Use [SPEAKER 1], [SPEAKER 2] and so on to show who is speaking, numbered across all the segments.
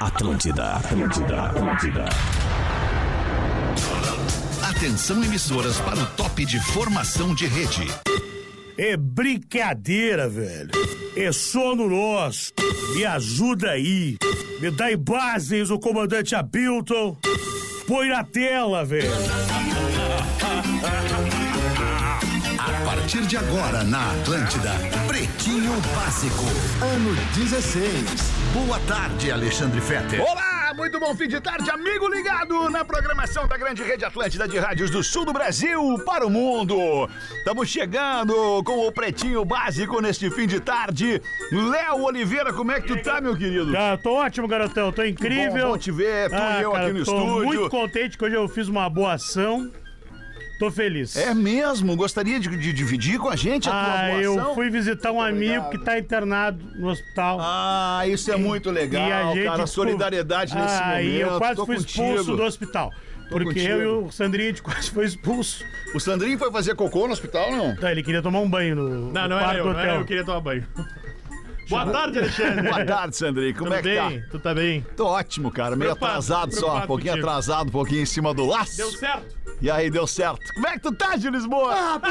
[SPEAKER 1] Atlântida, Atlântida, Atlântida.
[SPEAKER 2] Atenção emissoras para o top de formação de rede.
[SPEAKER 3] É brincadeira, velho. É sono nosso. Me ajuda aí. Me dá em bases o comandante Abilton. Põe na tela, velho.
[SPEAKER 2] A partir de agora na Atlântida, Pretinho Básico, ano 16. Boa tarde, Alexandre Fetter.
[SPEAKER 4] Olá, muito bom fim de tarde, amigo ligado na programação da grande rede Atlântida de rádios do sul do Brasil para o mundo. Estamos chegando com o Pretinho Básico neste fim de tarde. Léo Oliveira, como é que tu tá, meu querido?
[SPEAKER 3] Tá, tô ótimo, garotão. Tô incrível. Ah,
[SPEAKER 4] Bom, bom te ver, tu
[SPEAKER 5] Ah,
[SPEAKER 4] e eu
[SPEAKER 3] cara,
[SPEAKER 4] aqui no
[SPEAKER 3] tô
[SPEAKER 4] estúdio.
[SPEAKER 3] muito contente que hoje eu fiz uma boa ação. Tô feliz.
[SPEAKER 4] É mesmo, gostaria de, de dividir com a gente a
[SPEAKER 3] ah,
[SPEAKER 4] tua
[SPEAKER 3] eu
[SPEAKER 4] atuação.
[SPEAKER 3] fui visitar um amigo
[SPEAKER 4] obrigado.
[SPEAKER 3] que tá internado no hospital.
[SPEAKER 4] Ah, isso é muito legal,
[SPEAKER 3] e a gente
[SPEAKER 4] cara.
[SPEAKER 3] descob-
[SPEAKER 4] Solidariedade nesse
[SPEAKER 3] ah,
[SPEAKER 4] momento.
[SPEAKER 3] E eu quase
[SPEAKER 4] Tô
[SPEAKER 3] fui
[SPEAKER 4] contigo.
[SPEAKER 3] expulso do hospital. porque
[SPEAKER 4] contigo.
[SPEAKER 3] eu e o Sandrinho a gente quase foi expulso.
[SPEAKER 4] O Sandrinho foi fazer cocô no hospital, não?
[SPEAKER 3] Tá, ele queria tomar um banho no,
[SPEAKER 6] Não,
[SPEAKER 3] no
[SPEAKER 6] não
[SPEAKER 3] quarto
[SPEAKER 6] era eu,
[SPEAKER 3] do
[SPEAKER 6] não
[SPEAKER 3] hotel.
[SPEAKER 6] era eu, eu queria tomar banho. Boa tarde, Alexandre.
[SPEAKER 4] Boa tarde, Sandrinho. Como
[SPEAKER 6] Tudo
[SPEAKER 4] é que tá?
[SPEAKER 6] bem? Tu tá bem?
[SPEAKER 4] Tô ótimo, cara. Meio
[SPEAKER 6] Preocupado,
[SPEAKER 4] atrasado só. Um
[SPEAKER 6] preocupado
[SPEAKER 4] pouquinho
[SPEAKER 6] contigo.
[SPEAKER 4] atrasado, um pouquinho em cima do laço.
[SPEAKER 6] Deu certo?
[SPEAKER 4] E aí, deu certo. Como é que tu tá, Gil Lisboa? Ah, por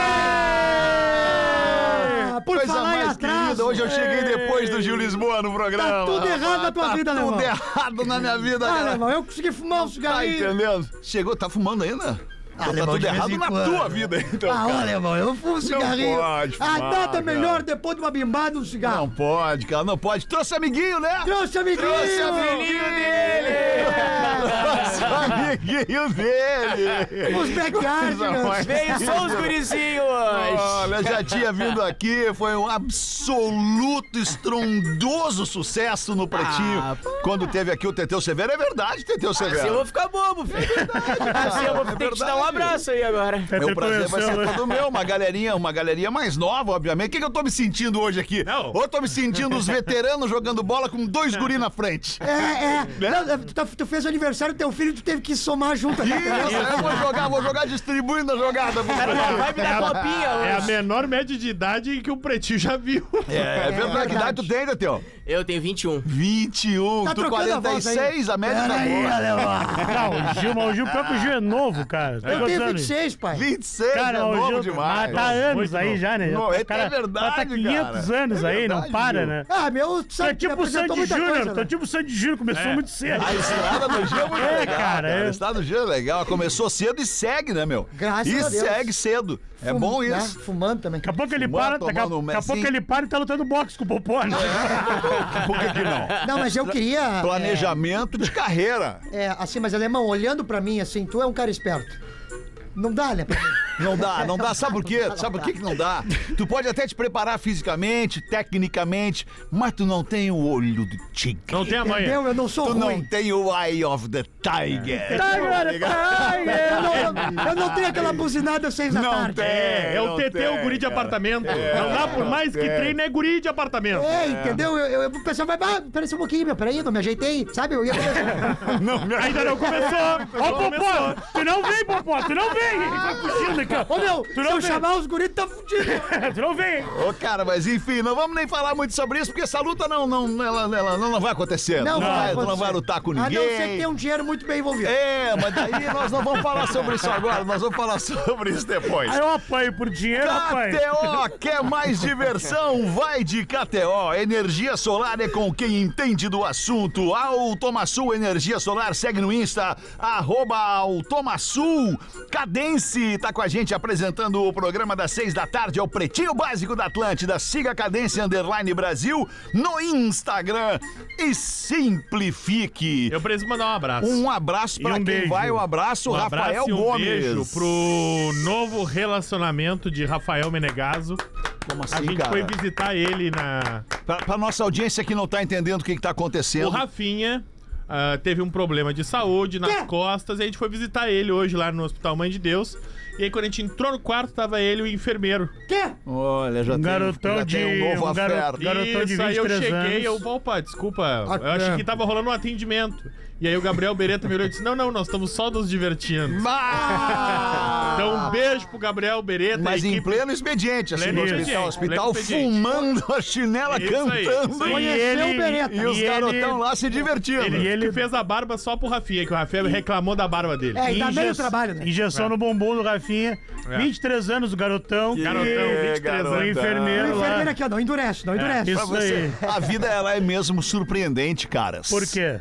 [SPEAKER 7] Ah! por
[SPEAKER 4] Coisa
[SPEAKER 7] falar em
[SPEAKER 4] mais
[SPEAKER 7] atraso.
[SPEAKER 4] querida, hoje eu cheguei depois do Gil Lisboa no programa.
[SPEAKER 7] Tá tudo errado na tua
[SPEAKER 4] Tá
[SPEAKER 7] vida,
[SPEAKER 4] tudo
[SPEAKER 7] Alemão.
[SPEAKER 4] errado na minha vida,
[SPEAKER 7] Ah,
[SPEAKER 4] cara.
[SPEAKER 7] Alemão, eu consegui fumar um
[SPEAKER 4] Tá
[SPEAKER 7] cigarrinho.
[SPEAKER 4] entendendo? Chegou, tá fumando ainda? Então tá
[SPEAKER 7] Ah, Alemão,
[SPEAKER 4] tudo
[SPEAKER 7] de vez
[SPEAKER 4] errado
[SPEAKER 7] em
[SPEAKER 4] na
[SPEAKER 7] quando.
[SPEAKER 4] tua vida, então,
[SPEAKER 7] ah,
[SPEAKER 4] cara.
[SPEAKER 7] olha, Alemão, eu fumo um cigarrinho.
[SPEAKER 4] pode
[SPEAKER 7] A
[SPEAKER 4] fumar,
[SPEAKER 7] data
[SPEAKER 4] cara.
[SPEAKER 7] é melhor depois de uma bimbada e um cigarro.
[SPEAKER 4] Não pode, cara, não pode. Trouxe amiguinho, né?
[SPEAKER 7] Trouxe amiguinho.
[SPEAKER 4] Trouxe amiguinho dele! Trouxe amiguinho dele!
[SPEAKER 7] Os backyards.
[SPEAKER 4] Veio só os gurizinhos! Olha, já tinha vindo aqui, foi um absoluto estrondoso sucesso no Pretinho.
[SPEAKER 8] Ah,
[SPEAKER 4] quando teve aqui o Teteu Severo, é verdade, Teteu Severo. É
[SPEAKER 8] Eu vou ficar bobo, filho. Assim eu vou ter que te dar um abraço aí agora.
[SPEAKER 3] Até
[SPEAKER 4] Meu prazer vai ser
[SPEAKER 3] pensando, né?
[SPEAKER 4] todo meu, uma galerinha, uma galerinha mais nova, obviamente. O que, que eu tô me sentindo hoje aqui?
[SPEAKER 6] Não.
[SPEAKER 4] Eu tô me sentindo os veteranos jogando bola com dois guri na frente.
[SPEAKER 7] É,
[SPEAKER 4] né?
[SPEAKER 7] é. Não, tu, tá- tu fez aniversário do teu filho, tu teve que somar junto. né?
[SPEAKER 4] Isso, eu vou jogar, vou jogar distribuindo a jogada. pro pessoal.
[SPEAKER 8] Vai me dar Tá copinha
[SPEAKER 6] É a
[SPEAKER 8] hoje.
[SPEAKER 6] menor média de idade que o Pretinho já viu.
[SPEAKER 4] É, é verdade. Que idade tu tem, Teteu?
[SPEAKER 8] Eu tenho 21.
[SPEAKER 4] 21,
[SPEAKER 7] Tá
[SPEAKER 4] tu
[SPEAKER 7] trocando a voz
[SPEAKER 4] 46, a, média tá
[SPEAKER 7] Peraí,
[SPEAKER 4] boa.
[SPEAKER 7] Alemão.
[SPEAKER 3] Não, o Gil, mas o Gil, o próprio Gil é novo, cara. Tá
[SPEAKER 7] Eu tenho
[SPEAKER 3] gostando?
[SPEAKER 7] 26, pai.
[SPEAKER 4] 26,
[SPEAKER 3] Cara,
[SPEAKER 4] é
[SPEAKER 3] o
[SPEAKER 4] novo
[SPEAKER 3] Gil
[SPEAKER 4] demais.
[SPEAKER 3] mas tá há anos
[SPEAKER 6] Muito
[SPEAKER 3] aí
[SPEAKER 6] novo.
[SPEAKER 3] já, né?
[SPEAKER 4] Não,
[SPEAKER 3] O
[SPEAKER 4] é- é
[SPEAKER 3] cara
[SPEAKER 4] verdade,
[SPEAKER 3] tá 500
[SPEAKER 4] cara.
[SPEAKER 3] anos
[SPEAKER 4] É
[SPEAKER 3] aí, não
[SPEAKER 4] verdade, Tá
[SPEAKER 3] para,
[SPEAKER 4] Gil.
[SPEAKER 3] né?
[SPEAKER 7] Ah, meu,
[SPEAKER 3] Tô
[SPEAKER 7] sabe,
[SPEAKER 3] tipo o Sandy
[SPEAKER 7] apresentou muita coisa,
[SPEAKER 3] Júnior, tô
[SPEAKER 7] né?
[SPEAKER 3] tipo o Sandy Júnior, começou
[SPEAKER 4] né?
[SPEAKER 6] É.
[SPEAKER 3] muito cedo.
[SPEAKER 4] A estrada do Gil é muito
[SPEAKER 3] É,
[SPEAKER 4] legal,
[SPEAKER 3] cara,
[SPEAKER 4] cara.
[SPEAKER 3] é.
[SPEAKER 4] A estrada do Gil é legal. Começou cedo e segue, né, meu?
[SPEAKER 7] Graças
[SPEAKER 4] e
[SPEAKER 7] a Deus.
[SPEAKER 4] E segue cedo. É
[SPEAKER 7] Fum-
[SPEAKER 4] bom
[SPEAKER 7] né?
[SPEAKER 4] isso.
[SPEAKER 7] Fumando também.
[SPEAKER 3] Daqui a pouco ele
[SPEAKER 4] Fumar,
[SPEAKER 3] para, daqui a,
[SPEAKER 4] tomando um
[SPEAKER 3] daqui a pouco
[SPEAKER 4] mezinho.
[SPEAKER 3] ele para e tá lutando boxe com o Popó, né?
[SPEAKER 4] Por que, que não?
[SPEAKER 7] Não, mas eu queria...
[SPEAKER 4] Planejamento de carreira.
[SPEAKER 7] É, assim, mas alemão, olhando pra mim, assim, tu é um cara esperto. Não dá, né? pra mim?
[SPEAKER 4] Não dá, não dá. Sabe por quê? Sabe por quê que não dá? Tu pode até te preparar fisicamente, tecnicamente, mas tu não tem o olho do tigre.
[SPEAKER 6] Não tem amanhã.
[SPEAKER 7] Entendeu? Eu não sou
[SPEAKER 4] Tu
[SPEAKER 7] ruim. É. Tá
[SPEAKER 4] não tem o eye of the tiger.
[SPEAKER 3] Tiger, Tiger!
[SPEAKER 7] Eu não, eu- eu não tenho aquela buzinada seis da
[SPEAKER 4] Não
[SPEAKER 7] tarde.
[SPEAKER 4] tem.
[SPEAKER 6] É, é o
[SPEAKER 4] Não
[SPEAKER 6] TT,
[SPEAKER 4] tem,
[SPEAKER 6] o guri de
[SPEAKER 4] cara.
[SPEAKER 6] apartamento. não dá por mais que treine, é guri de apartamento.
[SPEAKER 7] É, entendeu? Eu, eu, o pessoal vai, ah, peraí só um pouquinho, meu, peraí, não me ajeitei, sabe? Eu ia assim, começar.
[SPEAKER 4] Não, me
[SPEAKER 3] Ainda não começou! Ó, o Popó! Tu não vem, Popó! Tu não vem! Ele tá fugindo aqui, ó!
[SPEAKER 7] Ô, meu,
[SPEAKER 3] Tu
[SPEAKER 7] se
[SPEAKER 3] não
[SPEAKER 7] eu
[SPEAKER 3] vê.
[SPEAKER 7] chamar os guris, tá fudido.
[SPEAKER 3] Tu não vem!
[SPEAKER 4] Ô, cara, mas enfim, não vamos nem falar muito sobre isso, porque essa luta não, não, ela, ela- ela não vai acontecer.
[SPEAKER 7] Não vai
[SPEAKER 4] Tu não
[SPEAKER 7] acontecer.
[SPEAKER 4] vai lutar com
[SPEAKER 7] A não
[SPEAKER 4] ninguém.
[SPEAKER 7] ser que tenha um dinheiro muito bem envolvido.
[SPEAKER 4] É, mas daí nós não vamos falar sobre isso agora, nós vamos falar sobre isso depois.
[SPEAKER 3] Aí eu apanho por dinheiro, eu apanho!
[SPEAKER 4] KTO, quer mais diversão? Vai de KTO. Energia solar é com quem entende do assunto. Automaçul Energia Solar segue no Insta, arroba Automaçul. Cadence tá com a gente apresentando o programa das seis da tarde, é o Pretinho Básico da Atlântida. Siga a Cadence Underline Brasil no Instagram e simplifique.
[SPEAKER 6] Eu preciso mandar um abraço.
[SPEAKER 4] Um abraço
[SPEAKER 3] E
[SPEAKER 4] pra
[SPEAKER 3] um
[SPEAKER 4] quem
[SPEAKER 3] beijo.
[SPEAKER 4] vai, um abraço,
[SPEAKER 6] Um
[SPEAKER 4] Rafael
[SPEAKER 6] abraço e um
[SPEAKER 4] Gomes.
[SPEAKER 6] beijo pro novo relacionamento de Rafael Menegaso.
[SPEAKER 4] Como assim,
[SPEAKER 6] A gente
[SPEAKER 4] cara?
[SPEAKER 6] foi visitar ele na,
[SPEAKER 4] Pra, pra nossa audiência que não tá entendendo o que, que tá acontecendo.
[SPEAKER 6] O Rafinha ah, teve um problema de saúde nas
[SPEAKER 7] Quê?
[SPEAKER 6] costas e a gente foi visitar ele hoje lá no Hospital Mãe de Deus. E aí, quando a gente entrou no quarto, tava ele e o enfermeiro.
[SPEAKER 7] Quê?
[SPEAKER 4] Olha, já
[SPEAKER 5] Um
[SPEAKER 4] tem-
[SPEAKER 5] garotão
[SPEAKER 4] já tem
[SPEAKER 5] de-
[SPEAKER 4] um novo
[SPEAKER 5] um garo-
[SPEAKER 4] afeto.
[SPEAKER 5] Garotão de
[SPEAKER 6] Isso, aí eu
[SPEAKER 5] 23
[SPEAKER 6] cheguei, eu,
[SPEAKER 5] anos.
[SPEAKER 6] opa, desculpa,
[SPEAKER 7] Ah,
[SPEAKER 6] eu achei
[SPEAKER 7] é.
[SPEAKER 6] que tava rolando um atendimento. E aí o Gabriel Beretta me olhou e disse, não, não, nós estamos só nos divertindo.
[SPEAKER 4] Bah!
[SPEAKER 6] Então um beijo pro Gabriel Beretta.
[SPEAKER 4] Ah! Mas
[SPEAKER 6] a
[SPEAKER 4] em
[SPEAKER 6] equipe-
[SPEAKER 4] pleno expediente, assim,
[SPEAKER 6] Pleno
[SPEAKER 4] no hospital,
[SPEAKER 6] expediente,
[SPEAKER 4] hospital
[SPEAKER 6] pleno expediente.
[SPEAKER 4] fumando a chinela,
[SPEAKER 6] Isso aí,
[SPEAKER 4] cantando.
[SPEAKER 6] isso aí.
[SPEAKER 5] E
[SPEAKER 7] Conheceu
[SPEAKER 5] ele-
[SPEAKER 7] o Beretta. É,
[SPEAKER 4] E os
[SPEAKER 5] E ele-
[SPEAKER 4] garotão lá se divertindo.
[SPEAKER 6] Ele,
[SPEAKER 5] E ele-
[SPEAKER 6] que fez a barba só pro Rafinha, que o Rafinha reclamou da barba dele.
[SPEAKER 7] É, e dá
[SPEAKER 5] Inje-
[SPEAKER 7] meio trabalho, né?
[SPEAKER 5] Injeção no bumbum do Rafinha.
[SPEAKER 6] É.
[SPEAKER 5] 23 anos, o garotão.
[SPEAKER 6] Garotão,
[SPEAKER 5] E-
[SPEAKER 6] 23
[SPEAKER 5] O
[SPEAKER 6] anos.
[SPEAKER 7] O
[SPEAKER 5] enfermeiro lá.
[SPEAKER 7] enfermeiro aqui, ó, não endurece, não endurece.
[SPEAKER 4] É, Pra
[SPEAKER 5] Isso
[SPEAKER 4] você,
[SPEAKER 5] aí.
[SPEAKER 4] a vida ela é mesmo surpreendente, caras.
[SPEAKER 5] Por quê?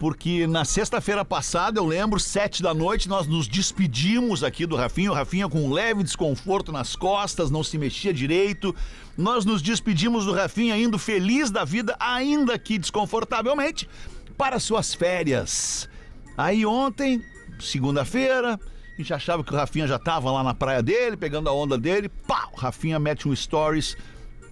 [SPEAKER 4] Porque na sexta-feira passada, eu lembro, sete da noite, nós nos despedimos aqui do Rafinha. O Rafinha com um leve desconforto nas costas, não se mexia direito. Nós nos despedimos do Rafinha indo feliz da vida, ainda que desconfortavelmente, para suas férias. Aí ontem, segunda-feira, a gente achava que o Rafinha já estava lá na praia dele, pegando a onda dele. Pá, o Rafinha mete um stories,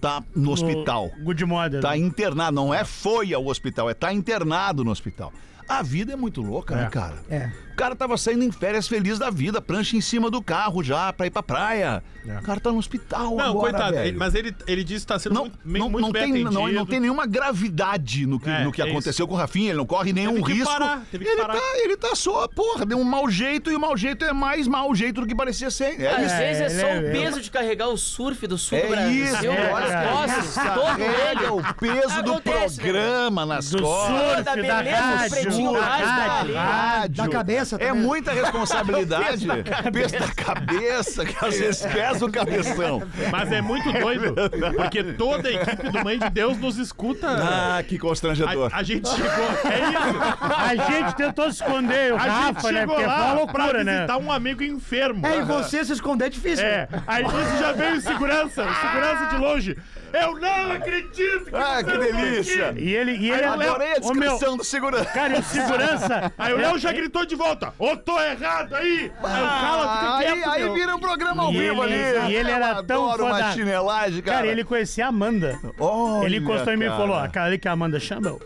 [SPEAKER 4] tá no hospital.
[SPEAKER 5] O é Good Mother.
[SPEAKER 4] Tá internado, não é foi ao hospital, é tá internado no hospital. A vida é muito louca, né, cara?
[SPEAKER 7] É.
[SPEAKER 4] O cara tava saindo em férias feliz da vida, prancha em cima do carro já, pra ir pra praia. O cara tá no hospital
[SPEAKER 6] Não,
[SPEAKER 4] agora,
[SPEAKER 6] coitado,
[SPEAKER 4] velho.
[SPEAKER 6] ele- mas ele, ele disse que tá sendo
[SPEAKER 4] Não,
[SPEAKER 6] muito,
[SPEAKER 4] não,
[SPEAKER 6] muito
[SPEAKER 4] não,
[SPEAKER 6] bem
[SPEAKER 4] tem, não,
[SPEAKER 6] atendido.
[SPEAKER 4] não tem nenhuma gravidade no que,
[SPEAKER 6] É,
[SPEAKER 4] no que
[SPEAKER 6] é
[SPEAKER 4] aconteceu com o Rafinha, ele não corre nenhum
[SPEAKER 6] que
[SPEAKER 4] risco.
[SPEAKER 6] parar, teve que
[SPEAKER 4] ele,
[SPEAKER 6] parar.
[SPEAKER 4] Tá, ele tá só, porra, deu um mau jeito e o mau jeito é mais mau jeito do que parecia ser. É
[SPEAKER 8] Às
[SPEAKER 4] isso.
[SPEAKER 8] vezes é só
[SPEAKER 5] é,
[SPEAKER 8] o
[SPEAKER 5] é.
[SPEAKER 8] peso de carregar o surf do sul
[SPEAKER 4] É
[SPEAKER 8] do Brasil.
[SPEAKER 4] isso,
[SPEAKER 5] é,
[SPEAKER 8] nas
[SPEAKER 5] cara.
[SPEAKER 8] costas, todo ele.
[SPEAKER 4] Carrega é o peso do
[SPEAKER 8] Acontece, né,
[SPEAKER 4] programa nas
[SPEAKER 5] Do
[SPEAKER 4] costas.
[SPEAKER 5] surf, da,
[SPEAKER 8] da beleza do
[SPEAKER 5] rádio,
[SPEAKER 8] Pretinho
[SPEAKER 5] da
[SPEAKER 8] Básico, da
[SPEAKER 5] rádio,
[SPEAKER 8] beleza.
[SPEAKER 5] rádio.
[SPEAKER 7] Da cabeça
[SPEAKER 4] É
[SPEAKER 7] também.
[SPEAKER 4] muita responsabilidade. Peso da cabeça, que às vezes pesa o cabeção.
[SPEAKER 6] Mas é muito doido, porque toda a equipe do Mãe de Deus nos escuta.
[SPEAKER 4] Ah, que constrangedor.
[SPEAKER 6] a, a gente chegou, é isso.
[SPEAKER 5] A gente tentou esconder o
[SPEAKER 6] A gente
[SPEAKER 5] Rafa, né?
[SPEAKER 6] chegou
[SPEAKER 5] Porque foi uma
[SPEAKER 6] lá pra
[SPEAKER 5] loucura, né?
[SPEAKER 6] visitar um amigo enfermo.
[SPEAKER 7] É, e você se esconder é difícil.
[SPEAKER 6] É, aí isso já veio em segurança, em segurança de longe. Eu não acredito que
[SPEAKER 4] Ah, que delícia.
[SPEAKER 5] E ele... E ele
[SPEAKER 4] Eu adorei a
[SPEAKER 5] Ô, meu,
[SPEAKER 4] descrição do segurança.
[SPEAKER 5] Cara, e o segurança...
[SPEAKER 6] Aí o Léo já gritou de volta. Ô, tô errado aí! Aí o
[SPEAKER 4] Ah,
[SPEAKER 6] cala, fica
[SPEAKER 4] aí,
[SPEAKER 6] quieto,
[SPEAKER 4] aí
[SPEAKER 6] meu.
[SPEAKER 4] vira um programa ao
[SPEAKER 5] E
[SPEAKER 4] vivo
[SPEAKER 5] ele-
[SPEAKER 4] ali.
[SPEAKER 5] e ele
[SPEAKER 4] Eu
[SPEAKER 5] era tão
[SPEAKER 4] adoro uma
[SPEAKER 5] foda.
[SPEAKER 4] chinelagem, cara.
[SPEAKER 5] Cara, ele conhecia a Amanda.
[SPEAKER 4] Olha,
[SPEAKER 5] ele encostou em mim e
[SPEAKER 4] cara.
[SPEAKER 5] falou, aquela ali que é a Amanda Chambel.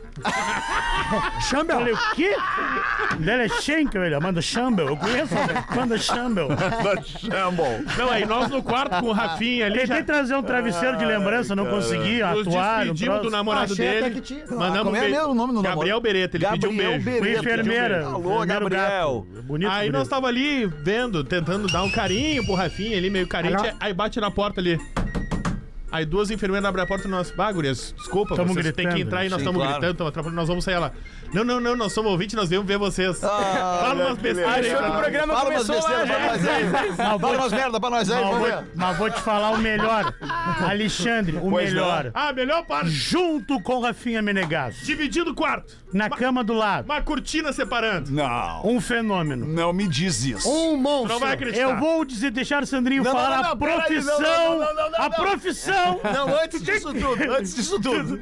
[SPEAKER 5] Chambel? Eu falei, o quê? Dela é Schenkel, ele, Amanda Chambel. Eu conheço a Amanda Chambel.
[SPEAKER 4] Da Shamble.
[SPEAKER 6] Não, aí nós no quarto com o Rafinha ali já
[SPEAKER 5] Tentei trazer um travesseiro de lembrança, não consegui,
[SPEAKER 8] Ah,
[SPEAKER 6] nos
[SPEAKER 5] atuar, um
[SPEAKER 6] despedimos do
[SPEAKER 5] troço.
[SPEAKER 6] namorado
[SPEAKER 7] Achei até
[SPEAKER 6] dele.
[SPEAKER 7] que tinha.
[SPEAKER 6] Mandamos
[SPEAKER 4] Como
[SPEAKER 6] um
[SPEAKER 4] é
[SPEAKER 6] beijo.
[SPEAKER 4] mesmo o nome do namorado?
[SPEAKER 6] Gabriel Beretta, ele
[SPEAKER 4] Gabriel
[SPEAKER 6] pediu um beijo.
[SPEAKER 4] Beretta. um
[SPEAKER 5] Fui enfermeira.
[SPEAKER 4] Alô,
[SPEAKER 5] enfermeiro
[SPEAKER 4] Gabriel.
[SPEAKER 5] gato. Bonito,
[SPEAKER 6] Aí
[SPEAKER 5] bonito.
[SPEAKER 6] nós tava ali vendo, tentando dar um carinho pro Rafinha ali, meio carente.
[SPEAKER 7] Alô?
[SPEAKER 6] Aí bate na porta ali. Aí duas enfermeiras abrem a porta e nós. Bah, gurias, desculpa,
[SPEAKER 5] Tamo
[SPEAKER 6] vocês têm que
[SPEAKER 5] gritando,
[SPEAKER 6] entrar e nós
[SPEAKER 4] sim,
[SPEAKER 6] estamos
[SPEAKER 4] claro.
[SPEAKER 6] gritando, estamos atrapalhando, nós vamos sair lá. Não, não, não, nós somos ouvintes, nós viemos ver vocês.
[SPEAKER 4] Ah,
[SPEAKER 6] Fala umas besteiras aí.
[SPEAKER 8] Achou que
[SPEAKER 6] pra
[SPEAKER 8] o
[SPEAKER 6] nós.
[SPEAKER 8] programa
[SPEAKER 4] Fala umas
[SPEAKER 8] começou
[SPEAKER 4] besteiras pra
[SPEAKER 5] né?
[SPEAKER 8] lá.
[SPEAKER 4] nós aí. Fala umas merda pra nós aí,
[SPEAKER 5] Mas
[SPEAKER 4] vamos
[SPEAKER 5] vou,
[SPEAKER 4] ver.
[SPEAKER 5] mas vou te falar o melhor. Alexandre, o
[SPEAKER 4] Pois não.
[SPEAKER 5] melhor.
[SPEAKER 6] Ah, melhor parte.
[SPEAKER 5] Junto com Rafinha Menegasso.
[SPEAKER 6] Dividindo o quarto.
[SPEAKER 5] Na cama do lado.
[SPEAKER 6] Uma cortina separando.
[SPEAKER 4] Não,
[SPEAKER 5] Um fenômeno.
[SPEAKER 4] não me diz isso.
[SPEAKER 7] Um monstro.
[SPEAKER 6] Não vai acreditar.
[SPEAKER 5] Eu vou dizer, deixar o Sandrinho
[SPEAKER 4] Não, não,
[SPEAKER 5] falar
[SPEAKER 4] não,
[SPEAKER 5] a
[SPEAKER 4] não, peraí, não,
[SPEAKER 5] profissão.
[SPEAKER 4] não, não, não, não,
[SPEAKER 5] a
[SPEAKER 4] não.
[SPEAKER 5] profissão.
[SPEAKER 4] Não, antes disso tudo, antes disso tudo.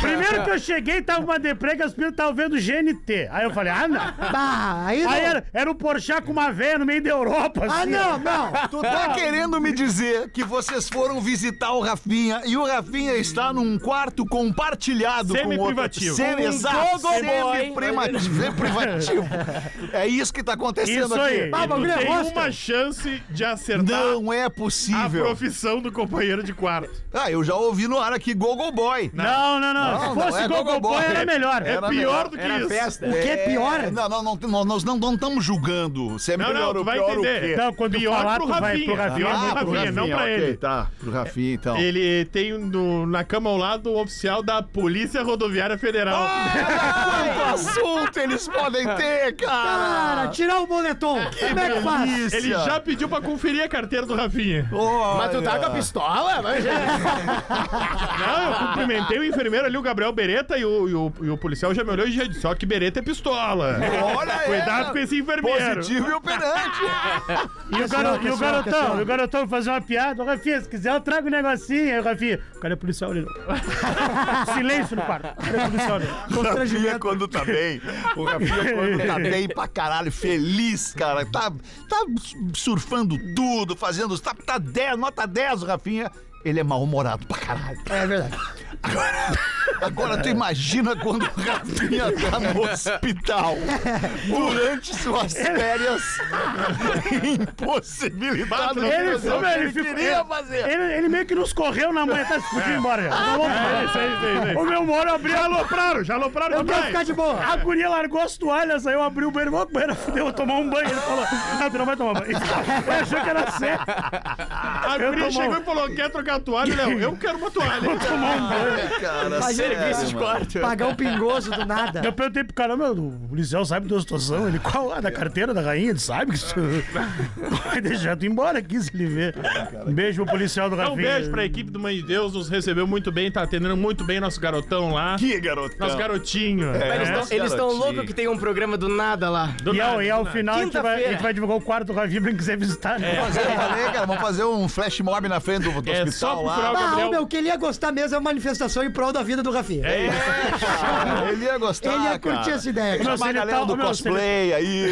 [SPEAKER 5] Primeiro que eu cheguei, tava uma deprega, as pessoas estavam vendo GNT. Aí eu falei, ah, não.
[SPEAKER 7] Bah, aí não.
[SPEAKER 5] Aí era, era um Porchat com uma veia no meio da Europa,
[SPEAKER 7] Ah,
[SPEAKER 5] assim.
[SPEAKER 7] não, não.
[SPEAKER 4] Tu tá querendo me dizer que vocês foram visitar o Rafinha e o Rafinha está num quarto compartilhado
[SPEAKER 6] Semi-privativo.
[SPEAKER 4] com outro. Semi,
[SPEAKER 8] Um
[SPEAKER 4] exato,
[SPEAKER 8] gogoboy.
[SPEAKER 4] semi-primativo, privativo. É isso que tá acontecendo
[SPEAKER 5] Isso
[SPEAKER 4] aqui.
[SPEAKER 5] aí.
[SPEAKER 7] Ah, bagulho é
[SPEAKER 6] Tem
[SPEAKER 7] rosto.
[SPEAKER 6] uma chance de acertar
[SPEAKER 4] Não é
[SPEAKER 6] a
[SPEAKER 4] possível.
[SPEAKER 6] profissão do companheiro de quarto.
[SPEAKER 4] Ah, eu já ouvi no ar aqui Gogo Boy.
[SPEAKER 5] Não, não, não.
[SPEAKER 4] Não,
[SPEAKER 5] Se
[SPEAKER 4] não
[SPEAKER 5] fosse
[SPEAKER 4] é
[SPEAKER 5] Gogo
[SPEAKER 4] Gogoboy.
[SPEAKER 5] Boy, era melhor.
[SPEAKER 4] É
[SPEAKER 6] É
[SPEAKER 4] Era
[SPEAKER 6] pior
[SPEAKER 4] melhor,
[SPEAKER 6] do que isso.
[SPEAKER 7] O que é pior?
[SPEAKER 4] Não, não, não, não, nós não estamos julgando. Se é
[SPEAKER 6] Não,
[SPEAKER 4] melhor
[SPEAKER 6] não, tu
[SPEAKER 4] ou
[SPEAKER 6] vai
[SPEAKER 4] É. pior Ah, o
[SPEAKER 6] entender.
[SPEAKER 4] quê.
[SPEAKER 5] Não, quando
[SPEAKER 6] Pior
[SPEAKER 5] falar,
[SPEAKER 6] pro
[SPEAKER 5] tu vai
[SPEAKER 6] Rafinha.
[SPEAKER 5] pro Rafinha.
[SPEAKER 6] Pior
[SPEAKER 5] muito
[SPEAKER 6] pro
[SPEAKER 5] ruim.
[SPEAKER 6] Rafinha, não pra
[SPEAKER 4] ok,
[SPEAKER 6] ele.
[SPEAKER 4] Tá, pro Rafinha então.
[SPEAKER 6] Ele tem no- na cama ao lado um oficial da Polícia Rodoviária Federal.
[SPEAKER 4] Quanto assunto eles podem ter, cara!
[SPEAKER 7] Cara, tirar o moletom. Como é que faz?
[SPEAKER 6] ele já pediu pra conferir a carteira do Rafinha.
[SPEAKER 8] Mas tu tá com a pistola? Vai, já.
[SPEAKER 6] Não, Ah, eu cumprimentei o enfermeiro ali, o Gabriel Beretta, e o, e o- e o policial já me olhou e já disse: Só que Beretta é pistola.
[SPEAKER 4] Olha
[SPEAKER 6] Cuidado com esse enfermeiro.
[SPEAKER 4] Positivo e operante.
[SPEAKER 5] E o,
[SPEAKER 7] Pessoal,
[SPEAKER 5] garo- e o
[SPEAKER 7] pessoal,
[SPEAKER 5] garotão,
[SPEAKER 7] pessoal.
[SPEAKER 5] e o garotão vai fazer uma piada. Ô, Rafinha, se quiser eu trago um negocinho. Aí o Rafinha, o cara é policial ali. Silêncio no quarto. O cara é policial ali.
[SPEAKER 4] Rafinha quando tá bem. O Rafinha quando tá bem pra caralho, feliz, cara. Tá, tá surfando tudo, fazendo. Tá, tá 10, nota 10, o Rafinha. Ele é mal-humorado pra caralho.
[SPEAKER 7] É verdade.
[SPEAKER 4] Agora tu imagina quando o Rafinha tá no hospital durante suas férias impossibilitado de
[SPEAKER 5] Ele,
[SPEAKER 4] fazer o que
[SPEAKER 5] ele
[SPEAKER 4] ele
[SPEAKER 5] ficou-
[SPEAKER 4] queria fazer.
[SPEAKER 5] Ele, ele meio que nos correu na manhã, tá se
[SPEAKER 7] É.
[SPEAKER 5] fudindo embora. Tá louco? O meu moro abriu.
[SPEAKER 6] Já alopraram, já alopraram
[SPEAKER 7] Eu quero
[SPEAKER 6] demais.
[SPEAKER 7] ficar de boa.
[SPEAKER 5] A guria largou as toalhas, aí eu abri o banheiro, vou banheiro, fudeu, vou tomar um banho. Ele falou, não, tu não vai tomar banho. Eu achei que era sério.
[SPEAKER 6] A
[SPEAKER 5] Eu
[SPEAKER 6] guria
[SPEAKER 5] tô
[SPEAKER 6] chegou
[SPEAKER 5] mal.
[SPEAKER 6] e falou, quer trocar a toalha, Léo? Eu quero uma toalha.
[SPEAKER 5] um
[SPEAKER 4] Ai, cara,
[SPEAKER 8] Serviço de corte.
[SPEAKER 7] Pagar um pingoso do nada.
[SPEAKER 5] Eu perguntei pro cara, meu, o Liseu sabe da situação? Ele, qual? Ah, da carteira da rainha, ele sabe que isso... Vai deixar tu embora aqui se ele ver. Um beijo pro policial do
[SPEAKER 6] Então,
[SPEAKER 5] Rafinha.
[SPEAKER 6] um beijo pra equipe do Mãe de Deus, nos recebeu muito bem, tá atendendo muito bem nosso garotão lá.
[SPEAKER 4] Que garotão.
[SPEAKER 6] Nosso garotinho. É.
[SPEAKER 8] Eles tão- Eles estão
[SPEAKER 4] né? garotinho.
[SPEAKER 8] loucos que tem um programa do nada lá.
[SPEAKER 5] E ao, e ao final a gente, vai, a gente
[SPEAKER 8] Quinta-feira.
[SPEAKER 5] vai divulgar o quarto do Rafinha pra quem quiser visitar. Né?
[SPEAKER 4] Mas eu falei, cara, vamos fazer um flash mob na frente do, do
[SPEAKER 6] É só
[SPEAKER 4] hospital lá.
[SPEAKER 6] procurar o
[SPEAKER 7] Ah,
[SPEAKER 6] Gabriel.
[SPEAKER 7] o meu, que ele ia gostar mesmo é uma manifestação em prol da vida do Rafinha.
[SPEAKER 6] É isso.
[SPEAKER 4] Ah, Ele ia gostar,
[SPEAKER 7] ele ia curtir
[SPEAKER 4] cara.
[SPEAKER 7] essa ideia.
[SPEAKER 5] Mas
[SPEAKER 4] Chamar a
[SPEAKER 5] ele
[SPEAKER 4] galera
[SPEAKER 5] tá-
[SPEAKER 4] do
[SPEAKER 5] meu,
[SPEAKER 4] cosplay aí.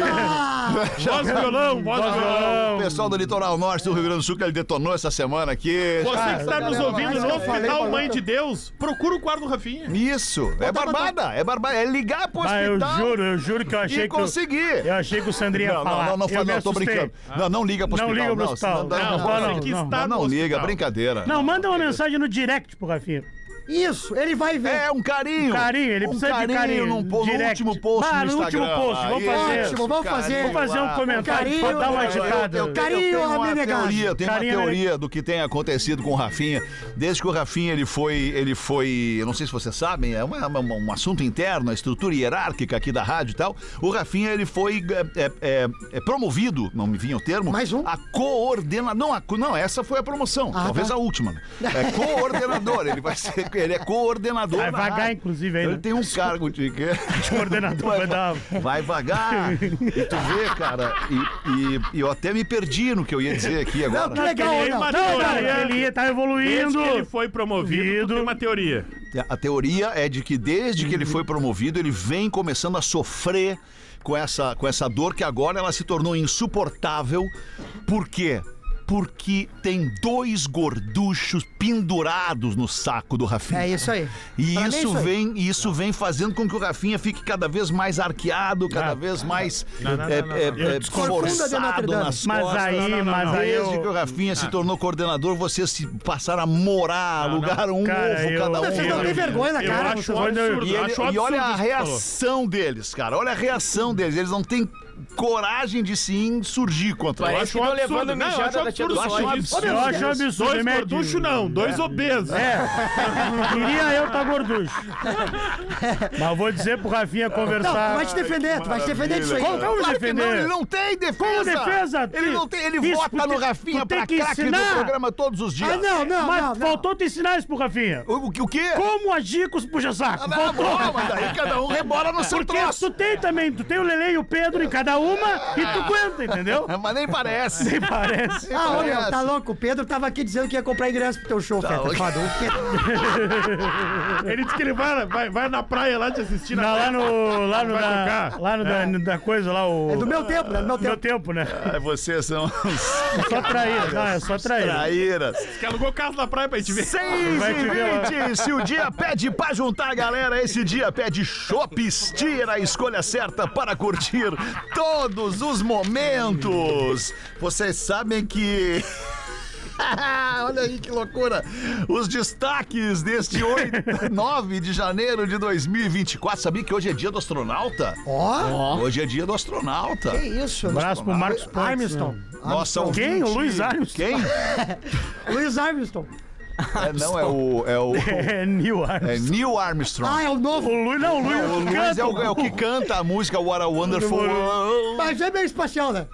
[SPEAKER 4] Então,
[SPEAKER 6] Voz do violão, voz do
[SPEAKER 5] Voz do
[SPEAKER 6] violão.
[SPEAKER 5] violão.
[SPEAKER 4] O pessoal do litoral norte do Rio Grande do Sul que ele detonou essa semana aqui.
[SPEAKER 6] Você que está nos
[SPEAKER 7] galera,
[SPEAKER 6] ouvindo
[SPEAKER 7] mas
[SPEAKER 6] no
[SPEAKER 7] eu falei
[SPEAKER 6] Hospital
[SPEAKER 7] pra-
[SPEAKER 6] Mãe de Deus, procura o quarto do Rafinha.
[SPEAKER 4] Isso, é barbada, é barbada, é ligar pro
[SPEAKER 5] Ah, eu
[SPEAKER 4] hospital
[SPEAKER 5] juro, eu juro que eu achei
[SPEAKER 4] e
[SPEAKER 5] que... eu-
[SPEAKER 4] conseguir.
[SPEAKER 5] Eu achei que o Sandrinho ia
[SPEAKER 4] Não, não,
[SPEAKER 5] falar.
[SPEAKER 4] não, não foi,
[SPEAKER 5] eu me
[SPEAKER 4] não, tô
[SPEAKER 5] assustei.
[SPEAKER 4] brincando. Não, não liga pro
[SPEAKER 5] Não
[SPEAKER 4] hospital.
[SPEAKER 5] liga pro hospital.
[SPEAKER 4] senão dá-
[SPEAKER 5] Não,
[SPEAKER 4] dá-
[SPEAKER 5] agora
[SPEAKER 4] dá-
[SPEAKER 5] não,
[SPEAKER 6] que
[SPEAKER 5] não.
[SPEAKER 4] Não,
[SPEAKER 6] está
[SPEAKER 4] não
[SPEAKER 6] no
[SPEAKER 4] liga,
[SPEAKER 6] hospital.
[SPEAKER 4] brincadeira.
[SPEAKER 5] Não, manda uma mensagem no direct pro Rafinha.
[SPEAKER 7] Isso, ele vai ver.
[SPEAKER 4] É um carinho.
[SPEAKER 5] Carinho, ele precisa de carinho,
[SPEAKER 4] num po- no
[SPEAKER 5] direct.
[SPEAKER 4] último post
[SPEAKER 5] Ah,
[SPEAKER 4] no
[SPEAKER 5] no último
[SPEAKER 4] Instagram.
[SPEAKER 5] post, vamos
[SPEAKER 4] Aí,
[SPEAKER 5] fazer.
[SPEAKER 4] isso,
[SPEAKER 7] Ótimo, vamos
[SPEAKER 4] carinho
[SPEAKER 7] fazer.
[SPEAKER 5] Vamos fazer um
[SPEAKER 4] lá.
[SPEAKER 5] comentário pra
[SPEAKER 7] Carinho,
[SPEAKER 5] dar uma
[SPEAKER 7] eu- eu-
[SPEAKER 5] agitada.
[SPEAKER 4] Eu, eu,
[SPEAKER 7] Carinho,
[SPEAKER 4] eu tenho uma
[SPEAKER 7] abnegado.
[SPEAKER 4] teoria, eu tenho
[SPEAKER 5] Carinho, né?
[SPEAKER 4] uma teoria do que tem acontecido com o Rafinha. Desde que o Rafinha ele foi, ele foi, eu não sei se vocês sabem, é uma- uma- um assunto interno, a estrutura hierárquica aqui da rádio e tal. O Rafinha ele foi é, é, é, é, promovido, não me vinha o termo.
[SPEAKER 7] Mais um?
[SPEAKER 4] A coordenador, não, a co- não, essa foi a promoção,
[SPEAKER 7] Ah,
[SPEAKER 4] talvez
[SPEAKER 7] tá.
[SPEAKER 4] a última. né? É coordenador, ele vai ser, ele é coordenador.
[SPEAKER 5] Vai
[SPEAKER 4] da
[SPEAKER 5] vagar,
[SPEAKER 4] rádio.
[SPEAKER 5] inclusive, aí,
[SPEAKER 4] Ele
[SPEAKER 5] né?
[SPEAKER 4] tem um cargo de
[SPEAKER 5] coordenador, vai dar-
[SPEAKER 4] Vai vagar. E tu vê, cara, e, e- e eu até me perdi no que eu ia dizer aqui agora.
[SPEAKER 7] que legal,
[SPEAKER 6] Ele
[SPEAKER 7] não. tá.
[SPEAKER 6] matou,
[SPEAKER 5] Não, cara,
[SPEAKER 6] né?
[SPEAKER 5] ele ia tá
[SPEAKER 6] Desde
[SPEAKER 5] evoluindo.
[SPEAKER 6] que ele foi promovido, tu
[SPEAKER 5] Vindo.
[SPEAKER 6] tem uma teoria.
[SPEAKER 4] A teoria é de que desde que ele foi promovido, ele vem começando a sofrer com essa, com essa dor que agora ela se tornou insuportável. Por quê? Porque tem dois gorduchos pendurados no saco do Rafinha.
[SPEAKER 7] É isso aí.
[SPEAKER 4] E
[SPEAKER 7] Pra mim é
[SPEAKER 4] isso
[SPEAKER 7] isso aí.
[SPEAKER 4] vem, e isso vem fazendo com que o Rafinha fique cada vez mais arqueado, cada vez mais
[SPEAKER 6] Não, não,
[SPEAKER 4] é,
[SPEAKER 6] não, não,
[SPEAKER 4] é,
[SPEAKER 6] não.
[SPEAKER 4] é,
[SPEAKER 5] Eu discordo.
[SPEAKER 7] Corcunda de Notre
[SPEAKER 4] forçado
[SPEAKER 7] Dame.
[SPEAKER 4] nas
[SPEAKER 5] Mas
[SPEAKER 4] costas.
[SPEAKER 5] aí,
[SPEAKER 4] Não, não,
[SPEAKER 5] mas
[SPEAKER 4] não.
[SPEAKER 5] aí
[SPEAKER 4] Desde
[SPEAKER 5] eu-
[SPEAKER 4] que o Rafinha se tornou coordenador, vocês se passaram a morar,
[SPEAKER 6] Não, não.
[SPEAKER 4] alugaram um
[SPEAKER 5] Cara,
[SPEAKER 4] ovo
[SPEAKER 5] eu-
[SPEAKER 4] cada um.
[SPEAKER 7] Vocês não têm vergonha na
[SPEAKER 6] Eu
[SPEAKER 7] cara.
[SPEAKER 6] acho
[SPEAKER 7] vocês-
[SPEAKER 6] um absurdo.
[SPEAKER 4] E, ele-
[SPEAKER 6] acho um
[SPEAKER 4] e olha a
[SPEAKER 6] absurdo isso que falou.
[SPEAKER 4] reação deles, cara. Olha a reação deles. Eles não têm coragem de se insurgir contra
[SPEAKER 6] Eu
[SPEAKER 8] Parece
[SPEAKER 6] acho
[SPEAKER 8] que
[SPEAKER 6] um
[SPEAKER 8] tão levando
[SPEAKER 6] absurdo. Não, eu
[SPEAKER 8] mijada
[SPEAKER 6] acho um
[SPEAKER 8] da tia
[SPEAKER 6] absurdo.
[SPEAKER 8] do
[SPEAKER 6] Eu acho um
[SPEAKER 8] Jorge.
[SPEAKER 6] absurdo.
[SPEAKER 5] Eu acho um absurdo,
[SPEAKER 6] Dois
[SPEAKER 5] remédio.
[SPEAKER 6] gorduchos não, dois obesos.
[SPEAKER 5] É, queria eu tá gorducho. Mas vou dizer pro Rafinha
[SPEAKER 7] Não, tu
[SPEAKER 5] conversar.
[SPEAKER 7] vai te defender, tu vai te defender disso aí.
[SPEAKER 5] Como, como
[SPEAKER 4] Claro que é
[SPEAKER 5] defender?
[SPEAKER 4] não, ele não tem defesa.
[SPEAKER 5] Como defesa?
[SPEAKER 4] Ele não tem, ele
[SPEAKER 5] Isso,
[SPEAKER 4] vota
[SPEAKER 5] tu
[SPEAKER 4] no
[SPEAKER 5] tem-
[SPEAKER 4] Rafinha
[SPEAKER 5] tu tem
[SPEAKER 4] pra
[SPEAKER 5] que
[SPEAKER 4] craque do
[SPEAKER 5] ensinar.
[SPEAKER 4] programa todos os dias.
[SPEAKER 7] Ah, não, não,
[SPEAKER 5] Mas
[SPEAKER 7] não, não.
[SPEAKER 5] faltou te ensinar isso pro Rafinha.
[SPEAKER 4] O, o que- o quê?
[SPEAKER 5] Como agir com os puxa-saco?
[SPEAKER 4] Ah, bom, mas aí cada um rebola no seu
[SPEAKER 5] Porque é
[SPEAKER 4] troço.
[SPEAKER 5] tu tem também, tu tem o Lele e o Pedro em cada uma e tu aguenta, entendeu?
[SPEAKER 4] É, Mas nem parece.
[SPEAKER 5] Nem parece.
[SPEAKER 7] Ah, ô meu,
[SPEAKER 4] Parece.
[SPEAKER 7] tá louco? O Pedro tava aqui dizendo que ia comprar ingresso pro teu show,
[SPEAKER 8] Tá
[SPEAKER 7] Feta.
[SPEAKER 4] louco.
[SPEAKER 7] Foda, o Pedro-
[SPEAKER 6] Ele disse que ele vai, vai, vai na praia lá te assistir
[SPEAKER 5] Não, lá
[SPEAKER 6] praia.
[SPEAKER 5] no. Lá no.
[SPEAKER 6] Vai
[SPEAKER 5] Da,
[SPEAKER 6] tocar.
[SPEAKER 5] lá no da, da coisa, lá o.
[SPEAKER 7] É do meu tempo, né? Do meu
[SPEAKER 5] do meu
[SPEAKER 7] tempo.
[SPEAKER 5] tempo, né?
[SPEAKER 4] Ai, vocês são uns
[SPEAKER 5] É só traíra, não, é só traíra.
[SPEAKER 4] traíras.
[SPEAKER 6] Que alugou casa na praia pra gente
[SPEAKER 5] é
[SPEAKER 6] ver.
[SPEAKER 4] 6
[SPEAKER 5] Vai te ver lá.
[SPEAKER 4] e 20. Se o dia pede pra juntar a galera, esse dia pede Shoppes. Tira a escolha certa para curtir todos os momentos. Vocês sabem que. Olha aí que loucura! Os destaques deste 8, 9 de janeiro de 2024. Sabia que hoje é dia do astronauta?
[SPEAKER 7] Ó,
[SPEAKER 4] Hoje é dia do astronauta.
[SPEAKER 7] que isso.
[SPEAKER 5] Abraço pro Marcos Pontes.
[SPEAKER 7] Armstrong.
[SPEAKER 4] Nossa,
[SPEAKER 7] Armstrong.
[SPEAKER 5] Quem? O Luiz Armstrong?
[SPEAKER 4] Quem?
[SPEAKER 7] Luiz Armstrong.
[SPEAKER 4] É, não, é o. É o.
[SPEAKER 5] É Neil
[SPEAKER 4] É
[SPEAKER 5] Armstrong.
[SPEAKER 4] Neil Armstrong.
[SPEAKER 7] Ah, é o novo.
[SPEAKER 5] O Luiz, não, o Luiz,
[SPEAKER 4] O Luiz
[SPEAKER 5] canta.
[SPEAKER 4] é o, é o que canta a música What a Wonderful World.
[SPEAKER 7] Mas é meio espacial, né?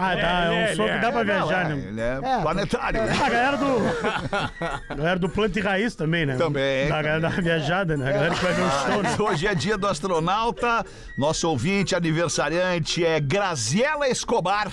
[SPEAKER 5] Ah, dá, é
[SPEAKER 6] ele
[SPEAKER 5] um som que
[SPEAKER 6] é.
[SPEAKER 5] dá pra viajar,
[SPEAKER 4] Não, é,
[SPEAKER 5] né?
[SPEAKER 4] ele é,
[SPEAKER 7] É.
[SPEAKER 4] planetário. né?
[SPEAKER 5] A galera do. A galera do Planta e Raiz também, né?
[SPEAKER 4] Também.
[SPEAKER 5] Da galera da viajada, né? A galera que vai ver o show, né?
[SPEAKER 4] Hoje é dia do astronauta. Nosso ouvinte aniversariante é Graziela Escobar.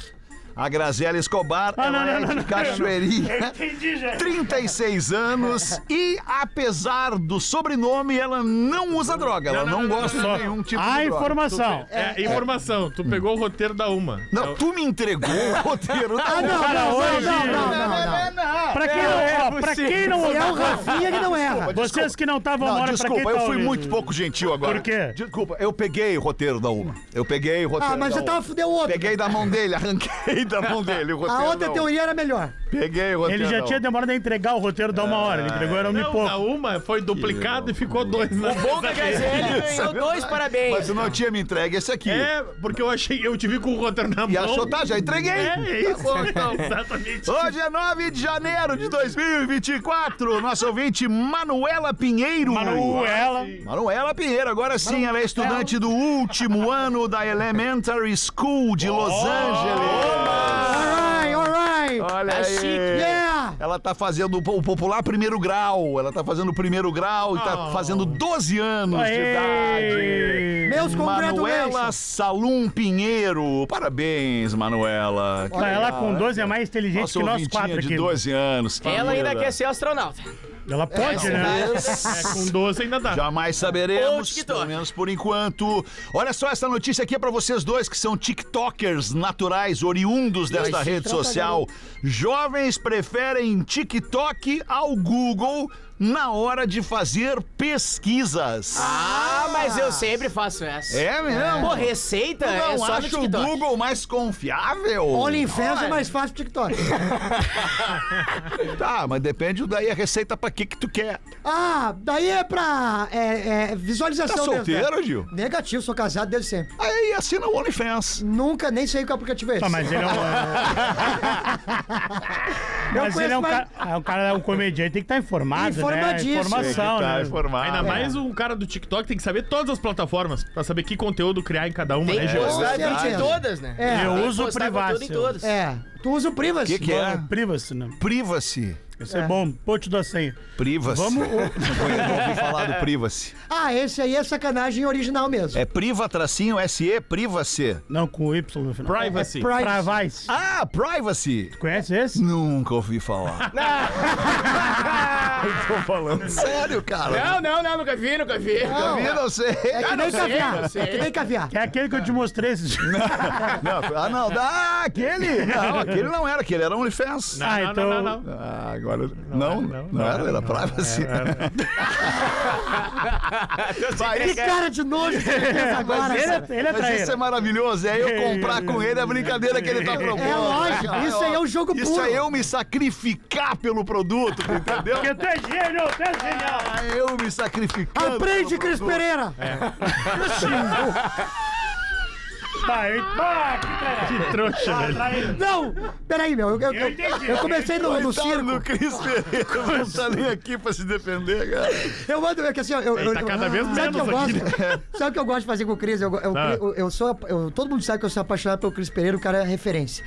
[SPEAKER 4] A Graziela Escobar,
[SPEAKER 3] Ah,
[SPEAKER 4] ela
[SPEAKER 3] não,
[SPEAKER 4] é
[SPEAKER 3] não, não,
[SPEAKER 4] de
[SPEAKER 3] não.
[SPEAKER 4] Cachoeirinha.
[SPEAKER 3] Entendi já.
[SPEAKER 4] 36 anos e, apesar do sobrenome, ela não usa droga. Ela não,
[SPEAKER 6] não, não,
[SPEAKER 4] gosta
[SPEAKER 6] não, não.
[SPEAKER 4] de nenhum tipo
[SPEAKER 5] A
[SPEAKER 3] Ah,
[SPEAKER 4] de droga.
[SPEAKER 5] informação.
[SPEAKER 6] É, informação, tu pegou o roteiro da uma.
[SPEAKER 4] Não, tu me entregou o roteiro. da
[SPEAKER 7] Ah, não,
[SPEAKER 5] Cara,
[SPEAKER 7] não, não,
[SPEAKER 5] hoje-
[SPEAKER 7] não, não, não, não.
[SPEAKER 5] Pra quem não,
[SPEAKER 8] é
[SPEAKER 5] ó, pra
[SPEAKER 8] possível.
[SPEAKER 5] quem não
[SPEAKER 7] É o
[SPEAKER 5] ouviu,
[SPEAKER 7] Rafinha que não erra.
[SPEAKER 5] vocês que não estavam
[SPEAKER 4] Não,
[SPEAKER 5] hora pra quem
[SPEAKER 4] desculpa,
[SPEAKER 5] tá
[SPEAKER 4] eu fui
[SPEAKER 5] ouvindo.
[SPEAKER 4] muito pouco gentil agora.
[SPEAKER 5] Por quê?
[SPEAKER 4] Desculpa, eu peguei o roteiro da uma. Eu peguei o roteiro
[SPEAKER 7] Ah, mas
[SPEAKER 4] da
[SPEAKER 7] você
[SPEAKER 5] tá
[SPEAKER 7] tava
[SPEAKER 4] uma.
[SPEAKER 7] fudendo o outro.
[SPEAKER 4] Peguei da mão dele, arranquei da mão dele o roteiro
[SPEAKER 7] A outra
[SPEAKER 4] da uma.
[SPEAKER 7] teoria era melhor.
[SPEAKER 4] Peguei o roteiro
[SPEAKER 5] é Ele já
[SPEAKER 4] da
[SPEAKER 5] tinha
[SPEAKER 4] uma.
[SPEAKER 5] demorado a entregar o roteiro da uma hora. Ele entregou era um e
[SPEAKER 6] Não, da
[SPEAKER 5] pouco.
[SPEAKER 6] uma foi duplicado e ficou dois na
[SPEAKER 8] Bom que a Gazelle ganhou dois
[SPEAKER 4] é Mas
[SPEAKER 8] parabéns.
[SPEAKER 4] tu não tinha me entregue esse aqui.
[SPEAKER 6] É, porque eu achei, eu tive com o roteiro na mão.
[SPEAKER 4] E achou, tá, já entreguei.
[SPEAKER 6] É isso,
[SPEAKER 4] bom, então.
[SPEAKER 6] exatamente.
[SPEAKER 4] Hoje é 9 de janeiro de 2024. Nossa ouvinte Manuela Pinheiro.
[SPEAKER 5] Manuela.
[SPEAKER 4] Manuela Pinheiro, agora sim, ela é estudante do último ano da Elementary School de Los Angeles.
[SPEAKER 7] Alright, alright.
[SPEAKER 4] Olha aí.
[SPEAKER 7] Yeah.
[SPEAKER 4] Ela tá fazendo o po- o popular primeiro grau. Ela tá fazendo o primeiro grau e tá fazendo 12 anos de idade.
[SPEAKER 7] Meus
[SPEAKER 4] Manuela
[SPEAKER 7] congratulations.
[SPEAKER 4] Salum Pinheiro. Parabéns, Manuela. Que
[SPEAKER 5] Mas ela
[SPEAKER 4] legal,
[SPEAKER 5] com
[SPEAKER 4] né?
[SPEAKER 5] 12 é mais inteligente
[SPEAKER 4] Nossa
[SPEAKER 5] que nós
[SPEAKER 4] ouvintinha
[SPEAKER 5] quatro
[SPEAKER 4] de
[SPEAKER 5] aqui.
[SPEAKER 4] 12 anos.
[SPEAKER 8] Ela ainda
[SPEAKER 4] Pinheiro.
[SPEAKER 8] quer ser astronauta.
[SPEAKER 5] Ela pode, né?
[SPEAKER 6] É, com 12 ainda dá.
[SPEAKER 4] Jamais
[SPEAKER 8] Ou
[SPEAKER 4] saberemos,
[SPEAKER 8] TikTok.
[SPEAKER 4] pelo menos por enquanto. Olha só essa notícia aqui é pra vocês dois que são tiktokers naturais, oriundos desta rede social. Jovens preferem TikTok ao Google na hora de fazer pesquisas.
[SPEAKER 8] Ah, mas eu sempre faço essa.
[SPEAKER 4] É mesmo?
[SPEAKER 8] Pô, receita
[SPEAKER 4] Eu
[SPEAKER 8] é
[SPEAKER 4] não
[SPEAKER 8] só no
[SPEAKER 4] acho o
[SPEAKER 8] TikTok.
[SPEAKER 4] Google mais confiável.
[SPEAKER 7] OnlyFans é mais fácil que TikTok.
[SPEAKER 4] Tá, mas depende daí a receita pra que que tu quer.
[SPEAKER 7] Ah, daí é pra é, é,
[SPEAKER 4] Tá
[SPEAKER 7] visualização mesmo,
[SPEAKER 4] solteiro,
[SPEAKER 7] né?
[SPEAKER 4] Gil?
[SPEAKER 7] Negativo, sou casado desde sempre.
[SPEAKER 4] Aí assina o OnlyFans.
[SPEAKER 7] Nunca nem sei qual aplicativo é esse.
[SPEAKER 5] Ah, mas ele é um. mas ele é
[SPEAKER 7] conheço
[SPEAKER 5] um
[SPEAKER 7] mais-
[SPEAKER 5] cara. É um cara, é um comediante, tem que estar informado.
[SPEAKER 7] Informadíssimo.
[SPEAKER 5] Né? Informação,
[SPEAKER 4] Tá,
[SPEAKER 5] né?
[SPEAKER 4] informado.
[SPEAKER 6] Ainda mais um cara do TikTok tem que saber todas as plataformas pra saber que conteúdo criar em cada uma, né,
[SPEAKER 8] Tem que
[SPEAKER 6] Gil?
[SPEAKER 8] postar
[SPEAKER 7] verdade.
[SPEAKER 8] vídeo em todas, né?
[SPEAKER 7] É.
[SPEAKER 8] Tem
[SPEAKER 5] Eu
[SPEAKER 8] que
[SPEAKER 5] uso o
[SPEAKER 8] postar
[SPEAKER 5] privacy.
[SPEAKER 8] conteúdo em todas.
[SPEAKER 7] É, tu usa o Privas.
[SPEAKER 4] Que que é?
[SPEAKER 5] Bom, Privacy, né?
[SPEAKER 4] Privacy.
[SPEAKER 5] Isso é, bom. Pô, te dou a senha.
[SPEAKER 4] Privacy. Vamos. Eu ouvi falar do Privacy.
[SPEAKER 7] Ah, esse aí é sacanagem original mesmo.
[SPEAKER 4] É priva tracinho SE, privacy.
[SPEAKER 5] Não, com Y no final.
[SPEAKER 8] É,
[SPEAKER 6] Privacy.
[SPEAKER 7] Privacy.
[SPEAKER 5] Pravais.
[SPEAKER 4] Ah, privacy.
[SPEAKER 5] Conhece esse?
[SPEAKER 4] Nunca ouvi falar. Tô falando sério, cara.
[SPEAKER 8] Não, não, não, nunca vi, nunca vi.
[SPEAKER 4] Não, eu Ah, não sei.
[SPEAKER 7] É que nem
[SPEAKER 8] sei, eu
[SPEAKER 7] caviar.
[SPEAKER 8] sei.
[SPEAKER 7] É que nem caviar.
[SPEAKER 5] É aquele que eu te mostrei esses dias.
[SPEAKER 4] Não, ah, não. Ah, aquele. Não, aquele não era. Aquele era OnlyFans.
[SPEAKER 5] Ah,
[SPEAKER 6] Não,
[SPEAKER 5] então.
[SPEAKER 6] não, não, não.
[SPEAKER 4] Ah, agora. Não, não,
[SPEAKER 6] não, não
[SPEAKER 4] era,
[SPEAKER 6] era,
[SPEAKER 4] era
[SPEAKER 6] não,
[SPEAKER 4] privacy. É,
[SPEAKER 7] Que cara de nojo que você fez agora.
[SPEAKER 5] Ele,
[SPEAKER 7] cara.
[SPEAKER 5] é- ele é
[SPEAKER 4] Mas isso é
[SPEAKER 5] traíra.
[SPEAKER 4] maravilhoso, é eu comprar com ele a brincadeira que ele tá propondo.
[SPEAKER 7] É lógico, isso aí é o jogo
[SPEAKER 4] Isso
[SPEAKER 7] puro.
[SPEAKER 4] é eu me sacrificar pelo produto, tu entendeu?
[SPEAKER 5] Porque tu é gênio, tu é genial.
[SPEAKER 4] É eu me sacrificando.
[SPEAKER 7] Aprende,
[SPEAKER 4] pelo
[SPEAKER 7] Cris
[SPEAKER 4] produto.
[SPEAKER 7] Pereira. É.
[SPEAKER 5] Tá, eu... ah, que traíra.
[SPEAKER 6] Que trouxa, velho.
[SPEAKER 5] Traíra.
[SPEAKER 7] Não, peraí, meu. Eu, eu- eu-
[SPEAKER 5] entendi.
[SPEAKER 7] eu comecei no, no
[SPEAKER 4] Coitado do
[SPEAKER 7] circo.
[SPEAKER 4] Cris Pereira, não tá nem aqui pra se defender, cara.
[SPEAKER 7] Eu mando, é que assim, ó, eu,
[SPEAKER 6] Ele tá
[SPEAKER 7] eu-
[SPEAKER 6] cada vez
[SPEAKER 7] sabe o que eu
[SPEAKER 6] menos aqui, Ah.
[SPEAKER 7] gosto? Sabe o que eu gosto de fazer com o Cris? Eu, eu, eu, eu sou, apa- eu- todo mundo sabe que eu sou apaixonado pelo Cris Pereira, o cara é referência.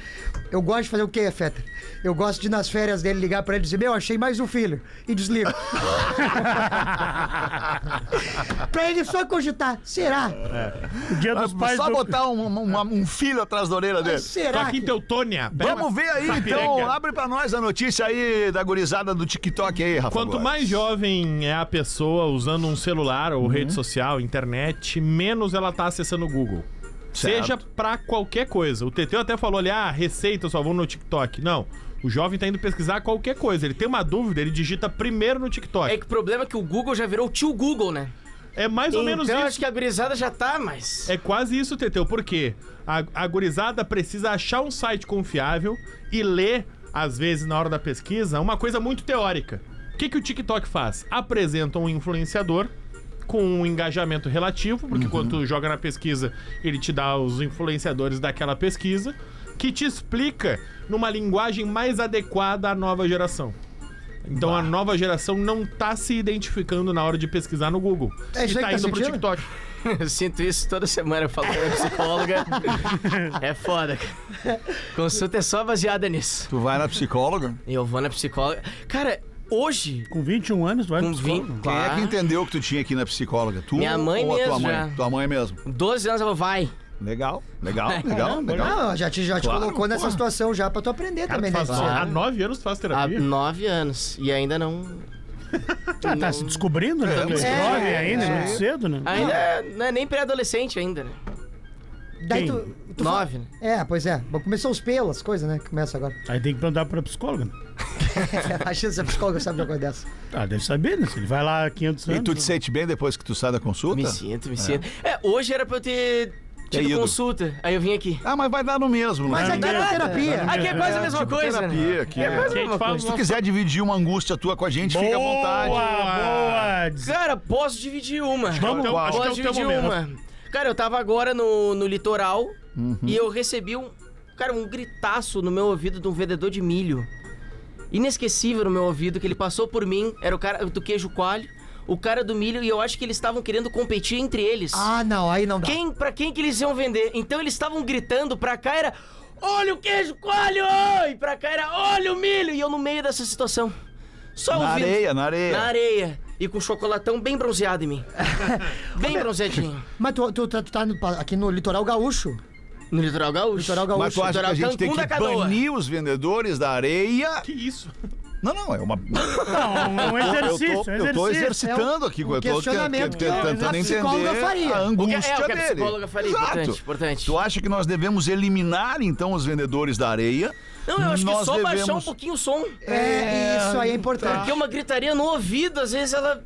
[SPEAKER 7] Eu gosto de fazer o quê, Feta? Eu gosto de ir nas férias dele ligar pra ele e dizer, meu, achei mais um filho. E desligo. pra ele só cogitar, será?
[SPEAKER 5] O dia dos
[SPEAKER 6] Ah,
[SPEAKER 5] pais
[SPEAKER 4] Só
[SPEAKER 5] do...
[SPEAKER 4] botar um, uma- um filho atrás da orelha dele.
[SPEAKER 6] Tô
[SPEAKER 7] Será
[SPEAKER 6] Tá aqui
[SPEAKER 7] que...
[SPEAKER 6] em Teutônia. Pega
[SPEAKER 4] Vamos ver aí,
[SPEAKER 6] Sapiranga.
[SPEAKER 4] então. Abre pra nós a notícia aí da gurizada do TikTok aí, Rafa.
[SPEAKER 6] Quanto
[SPEAKER 4] Gomes.
[SPEAKER 6] mais jovem é a pessoa usando um celular ou
[SPEAKER 8] Uhum.
[SPEAKER 6] rede social, internet, menos ela tá acessando o Google.
[SPEAKER 4] Certo.
[SPEAKER 6] Seja pra qualquer coisa. O TT até falou ali, ah, receita, eu só vou no TikTok. Não. O jovem tá indo pesquisar qualquer coisa. Ele tem uma dúvida, ele digita primeiro no
[SPEAKER 8] É
[SPEAKER 6] TikTok.
[SPEAKER 8] que o problema é que o Google já virou o tio Google, né?
[SPEAKER 6] É, mais ou menos
[SPEAKER 8] então
[SPEAKER 6] isso.
[SPEAKER 8] acho que a gurizada já tá, mas.
[SPEAKER 6] É quase isso, Teteu. Por quê? A, a gurizada precisa achar um site confiável e ler, às vezes, na hora da pesquisa, uma coisa muito teórica. O que, que o TikTok faz? Apresenta um influenciador com um engajamento relativo,
[SPEAKER 7] Uhum.
[SPEAKER 6] porque quando tu joga na pesquisa, ele te dá os influenciadores daquela pesquisa, que te explica numa linguagem mais adequada à nova geração. Então a nova geração não tá se identificando na hora de pesquisar no Google.
[SPEAKER 7] É isso
[SPEAKER 6] e
[SPEAKER 7] aí
[SPEAKER 6] tá
[SPEAKER 7] que tá
[SPEAKER 6] indo pro
[SPEAKER 7] sentindo?
[SPEAKER 6] TikTok.
[SPEAKER 8] Eu sinto isso toda semana, eu falo com a minha psicóloga. é foda, cara. Consulta é só baseada nisso.
[SPEAKER 4] Tu vai na psicóloga?
[SPEAKER 8] Eu vou na psicóloga. Cara, hoje,
[SPEAKER 5] Com 21 anos, vai
[SPEAKER 8] com
[SPEAKER 5] no psicólogo.
[SPEAKER 8] 20,
[SPEAKER 4] Quem é que
[SPEAKER 8] claro,
[SPEAKER 4] entendeu que tu tinha aqui na psicóloga? Tu
[SPEAKER 8] Minha mãe
[SPEAKER 4] ou a tua
[SPEAKER 8] mesmo,
[SPEAKER 4] mãe?
[SPEAKER 8] já.
[SPEAKER 4] Tua mãe mesmo.
[SPEAKER 8] 12 anos ela vai.
[SPEAKER 4] Legal, legal, legal,
[SPEAKER 7] Caramba,
[SPEAKER 4] legal.
[SPEAKER 7] Não, já te, já te
[SPEAKER 4] Claro,
[SPEAKER 7] colocou nessa
[SPEAKER 4] porra.
[SPEAKER 7] situação já pra tu aprender
[SPEAKER 6] Cara,
[SPEAKER 7] também,
[SPEAKER 6] tu
[SPEAKER 7] né?
[SPEAKER 6] faz,
[SPEAKER 7] Claro.
[SPEAKER 6] Tá Há nove anos tu faz
[SPEAKER 8] Há
[SPEAKER 6] terapia?
[SPEAKER 8] nove anos. E ainda não.
[SPEAKER 5] Tá, tá se descobrindo, né? Ele
[SPEAKER 7] é,
[SPEAKER 5] jovem
[SPEAKER 7] é,
[SPEAKER 5] ainda,
[SPEAKER 7] é.
[SPEAKER 5] muito cedo, né?
[SPEAKER 8] Ainda é- não é nem pré-adolescente ainda, né?
[SPEAKER 7] Daí
[SPEAKER 5] Quem?
[SPEAKER 7] tu, tu fala-
[SPEAKER 8] Nove, né?
[SPEAKER 7] É, pois é. Bom, começou os pelos, coisa, né? Começa agora. É,
[SPEAKER 5] Aí tem que perguntar pra psicóloga. né?
[SPEAKER 7] a chance da psicóloga sabe de uma coisa dessa.
[SPEAKER 5] Ah, deve saber, né? Se ele vai lá há 500 anos.
[SPEAKER 4] E tu te sente bem depois que tu sai da consulta?
[SPEAKER 8] Me sinto, me sinto. É, hoje era pra eu ter
[SPEAKER 4] Ter
[SPEAKER 8] tido
[SPEAKER 4] ido.
[SPEAKER 8] consulta. Aí eu vim aqui.
[SPEAKER 4] Ah, mas vai dar no mesmo,
[SPEAKER 7] Mas
[SPEAKER 4] né?
[SPEAKER 7] aqui era terapia.
[SPEAKER 8] Aqui é quase a mesma coisa, né?
[SPEAKER 4] Tipo, Terapia, aqui.
[SPEAKER 6] Que
[SPEAKER 8] É quase a
[SPEAKER 6] a
[SPEAKER 8] mesma
[SPEAKER 6] gente fala
[SPEAKER 8] coisa.
[SPEAKER 4] Se tu quiser dividir uma angústia tua com a gente, fica à vontade.
[SPEAKER 5] Boa, boa.
[SPEAKER 8] Cara, posso dividir uma.
[SPEAKER 5] Vamos,
[SPEAKER 6] Então, acho que é
[SPEAKER 8] posso
[SPEAKER 6] o teu
[SPEAKER 8] dividir
[SPEAKER 6] momento.
[SPEAKER 8] uma. Cara, eu tava agora no, no litoral
[SPEAKER 4] Uhum.
[SPEAKER 8] e eu recebi um. Cara, um gritaço no meu ouvido de um vendedor de milho. Inesquecível no meu ouvido, que ele passou por mim, era o cara do queijo coalho, o cara do milho, e eu acho que eles estavam querendo competir entre eles.
[SPEAKER 7] Ah, não, aí
[SPEAKER 4] tá.
[SPEAKER 7] não dá.
[SPEAKER 8] Quem, pra quem que eles iam vender? Então eles estavam gritando, pra cá era olha o queijo coalho! E pra cá era olha o milho! E eu no meio dessa situação. Só
[SPEAKER 4] Na
[SPEAKER 8] ouvindo.
[SPEAKER 4] areia, na areia.
[SPEAKER 8] Na areia. E com chocolatão bem bronzeado em mim. bem bronzeadinho.
[SPEAKER 7] Mas tu, tu, tá- tu tá no- aqui no litoral gaúcho.
[SPEAKER 8] No litoral gaúcho.
[SPEAKER 7] Litoral gaúcho.
[SPEAKER 4] Mas tu acha que a gente tem
[SPEAKER 8] Cancún
[SPEAKER 4] que
[SPEAKER 8] da Canoa.
[SPEAKER 4] banir os vendedores da areia?
[SPEAKER 6] Que isso?
[SPEAKER 4] Não, não, é uma.
[SPEAKER 5] Não, um exercício,
[SPEAKER 4] eu, tô,
[SPEAKER 5] um
[SPEAKER 4] eu tô
[SPEAKER 5] exercício.
[SPEAKER 4] exercitando
[SPEAKER 7] É um-
[SPEAKER 4] aqui,
[SPEAKER 7] um
[SPEAKER 4] eu tô te-
[SPEAKER 7] questionamento
[SPEAKER 4] te-
[SPEAKER 7] que a
[SPEAKER 4] tentando
[SPEAKER 7] psicóloga
[SPEAKER 4] entender
[SPEAKER 7] faria.
[SPEAKER 4] a
[SPEAKER 8] O que-
[SPEAKER 4] angústia
[SPEAKER 8] é, o que a
[SPEAKER 4] dele.
[SPEAKER 8] psicóloga faria,
[SPEAKER 4] Exato.
[SPEAKER 8] importante, importante.
[SPEAKER 4] Tu acha que nós devemos eliminar então os vendedores da areia?
[SPEAKER 8] Não, eu acho que
[SPEAKER 4] Nós
[SPEAKER 8] só baixar um
[SPEAKER 4] devemos-
[SPEAKER 8] pouquinho o som.
[SPEAKER 7] É, isso aí é importante.
[SPEAKER 8] Porque uma gritaria no ouvido, às vezes ela.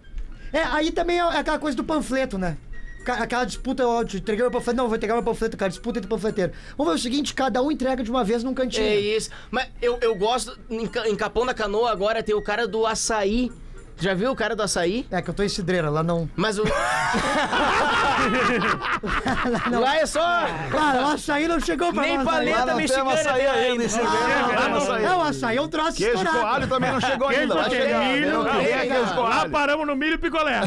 [SPEAKER 7] É, aí também é aquela coisa do panfleto, né? Ca- Aquela disputa, ó, te entreguei meu panfleto. Não, vou entregar meu panfleto, cara. Disputa entre panfleteiro. Vamos ver o seguinte: cada um entrega de uma vez num cantinho.
[SPEAKER 8] É isso. Mas eu, eu gosto. Em, Ca- em Capão da Canoa agora tem o cara do açaí. Já viu o cara do açaí?
[SPEAKER 7] É que eu tô em cidreira, lá não.
[SPEAKER 8] Mas o. Lá é só.
[SPEAKER 7] Claro, o açaí não chegou pra
[SPEAKER 8] Nem
[SPEAKER 7] nós. né?
[SPEAKER 8] paleta
[SPEAKER 7] ainda.
[SPEAKER 8] me-
[SPEAKER 4] Até uma
[SPEAKER 8] Mexicana
[SPEAKER 4] açaí
[SPEAKER 8] tem
[SPEAKER 4] ainda, esse é
[SPEAKER 7] Ah,
[SPEAKER 4] vendedor não
[SPEAKER 7] não, o açaí é um troço
[SPEAKER 4] Queijo
[SPEAKER 7] estourado.
[SPEAKER 4] coalho também não chegou ainda. Vai
[SPEAKER 5] tem
[SPEAKER 4] chegar.
[SPEAKER 5] milho,
[SPEAKER 4] né?
[SPEAKER 5] não,
[SPEAKER 4] Quem é
[SPEAKER 7] tem
[SPEAKER 4] queijo
[SPEAKER 7] nada.
[SPEAKER 5] Lá
[SPEAKER 4] coalho?
[SPEAKER 5] paramos no milho e picolé.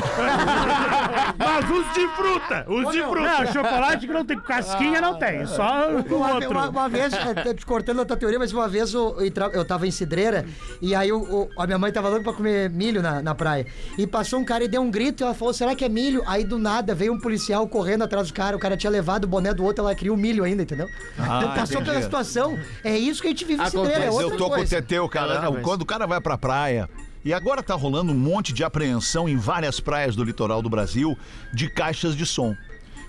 [SPEAKER 5] Mas os de fruta, os de fruta. Não, chocolate que não tem casquinha não tem, só o
[SPEAKER 7] Uma, ve- uma-
[SPEAKER 5] outro.
[SPEAKER 7] uma vez, eh, tô te cortando a tua teoria, mas uma vez eu, eu tra- eu tava em Cidreira e aí o- o- a minha mãe tava louca pra comer milho na, na praia. E passou um cara e deu um grito e ela falou: será que é milho? Aí do nada veio um policial correndo atrás do cara, o cara tinha levado o boné do outro, ela criou milho ainda, entendeu?
[SPEAKER 5] Ah,
[SPEAKER 7] então, passou
[SPEAKER 4] entendi.
[SPEAKER 7] pela situação. É isso que a gente vive em Cidreira, é
[SPEAKER 8] Acontece,
[SPEAKER 7] outra
[SPEAKER 4] Eu tô com o
[SPEAKER 7] coisa.
[SPEAKER 4] Teteu, cara.
[SPEAKER 8] outra coisa.
[SPEAKER 4] Quando o cara vai pra praia. E agora tá rolando um monte de apreensão em várias praias do litoral do Brasil de caixas de som.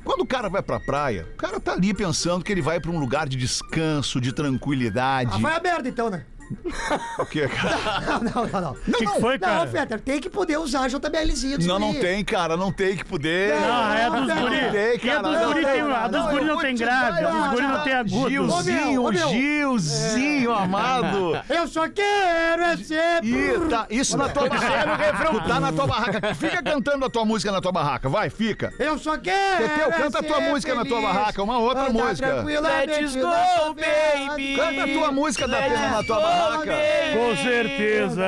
[SPEAKER 4] Quando o cara vai pra praia, o cara tá ali pensando que ele vai pra um lugar de descanso, de
[SPEAKER 7] Ah,
[SPEAKER 4] tranquilidade.
[SPEAKER 7] vai a merda então, né?
[SPEAKER 4] O quê, cara?
[SPEAKER 7] Não, não, não. Não,
[SPEAKER 5] O que, que foi,
[SPEAKER 7] não
[SPEAKER 5] cara?
[SPEAKER 7] Fetter, tem que poder usar a JBLzinha.
[SPEAKER 4] Não, não
[SPEAKER 7] descobrir.
[SPEAKER 4] tem, cara. Não tem que poder.
[SPEAKER 7] Não,
[SPEAKER 5] Ah, é a dos
[SPEAKER 7] Não,
[SPEAKER 5] guri.
[SPEAKER 7] não
[SPEAKER 4] tem,
[SPEAKER 5] E a dos
[SPEAKER 4] cara, não
[SPEAKER 5] guri
[SPEAKER 4] tem,
[SPEAKER 5] tem, a dos
[SPEAKER 4] não,
[SPEAKER 5] guri
[SPEAKER 4] eu
[SPEAKER 5] não
[SPEAKER 4] vou
[SPEAKER 5] tem
[SPEAKER 4] te
[SPEAKER 5] grave, a
[SPEAKER 4] dar,
[SPEAKER 5] dos guri
[SPEAKER 4] eu vou
[SPEAKER 5] não
[SPEAKER 4] te
[SPEAKER 5] tem
[SPEAKER 4] dar.
[SPEAKER 5] agudo.
[SPEAKER 4] Gilzinho,
[SPEAKER 7] Ô, meu, É. ô, meu.
[SPEAKER 4] Gilzinho, amado.
[SPEAKER 7] Eu só quero é ser.
[SPEAKER 4] Ih, tá, isso na tua barraca. Tu tá na tua barraca. Fica cantando a tua música na tua barraca. Vai, fica.
[SPEAKER 7] Eu só quero.
[SPEAKER 4] Teteu, canta a tua
[SPEAKER 7] ser
[SPEAKER 4] música na tua
[SPEAKER 7] feliz.
[SPEAKER 4] barraca, uma outra
[SPEAKER 7] Andar
[SPEAKER 4] música.
[SPEAKER 7] tranquilamente
[SPEAKER 8] Let's
[SPEAKER 7] na
[SPEAKER 8] go,
[SPEAKER 7] favela.
[SPEAKER 8] baby.
[SPEAKER 4] Canta a tua música da pena na tua barraca.
[SPEAKER 5] Com certeza,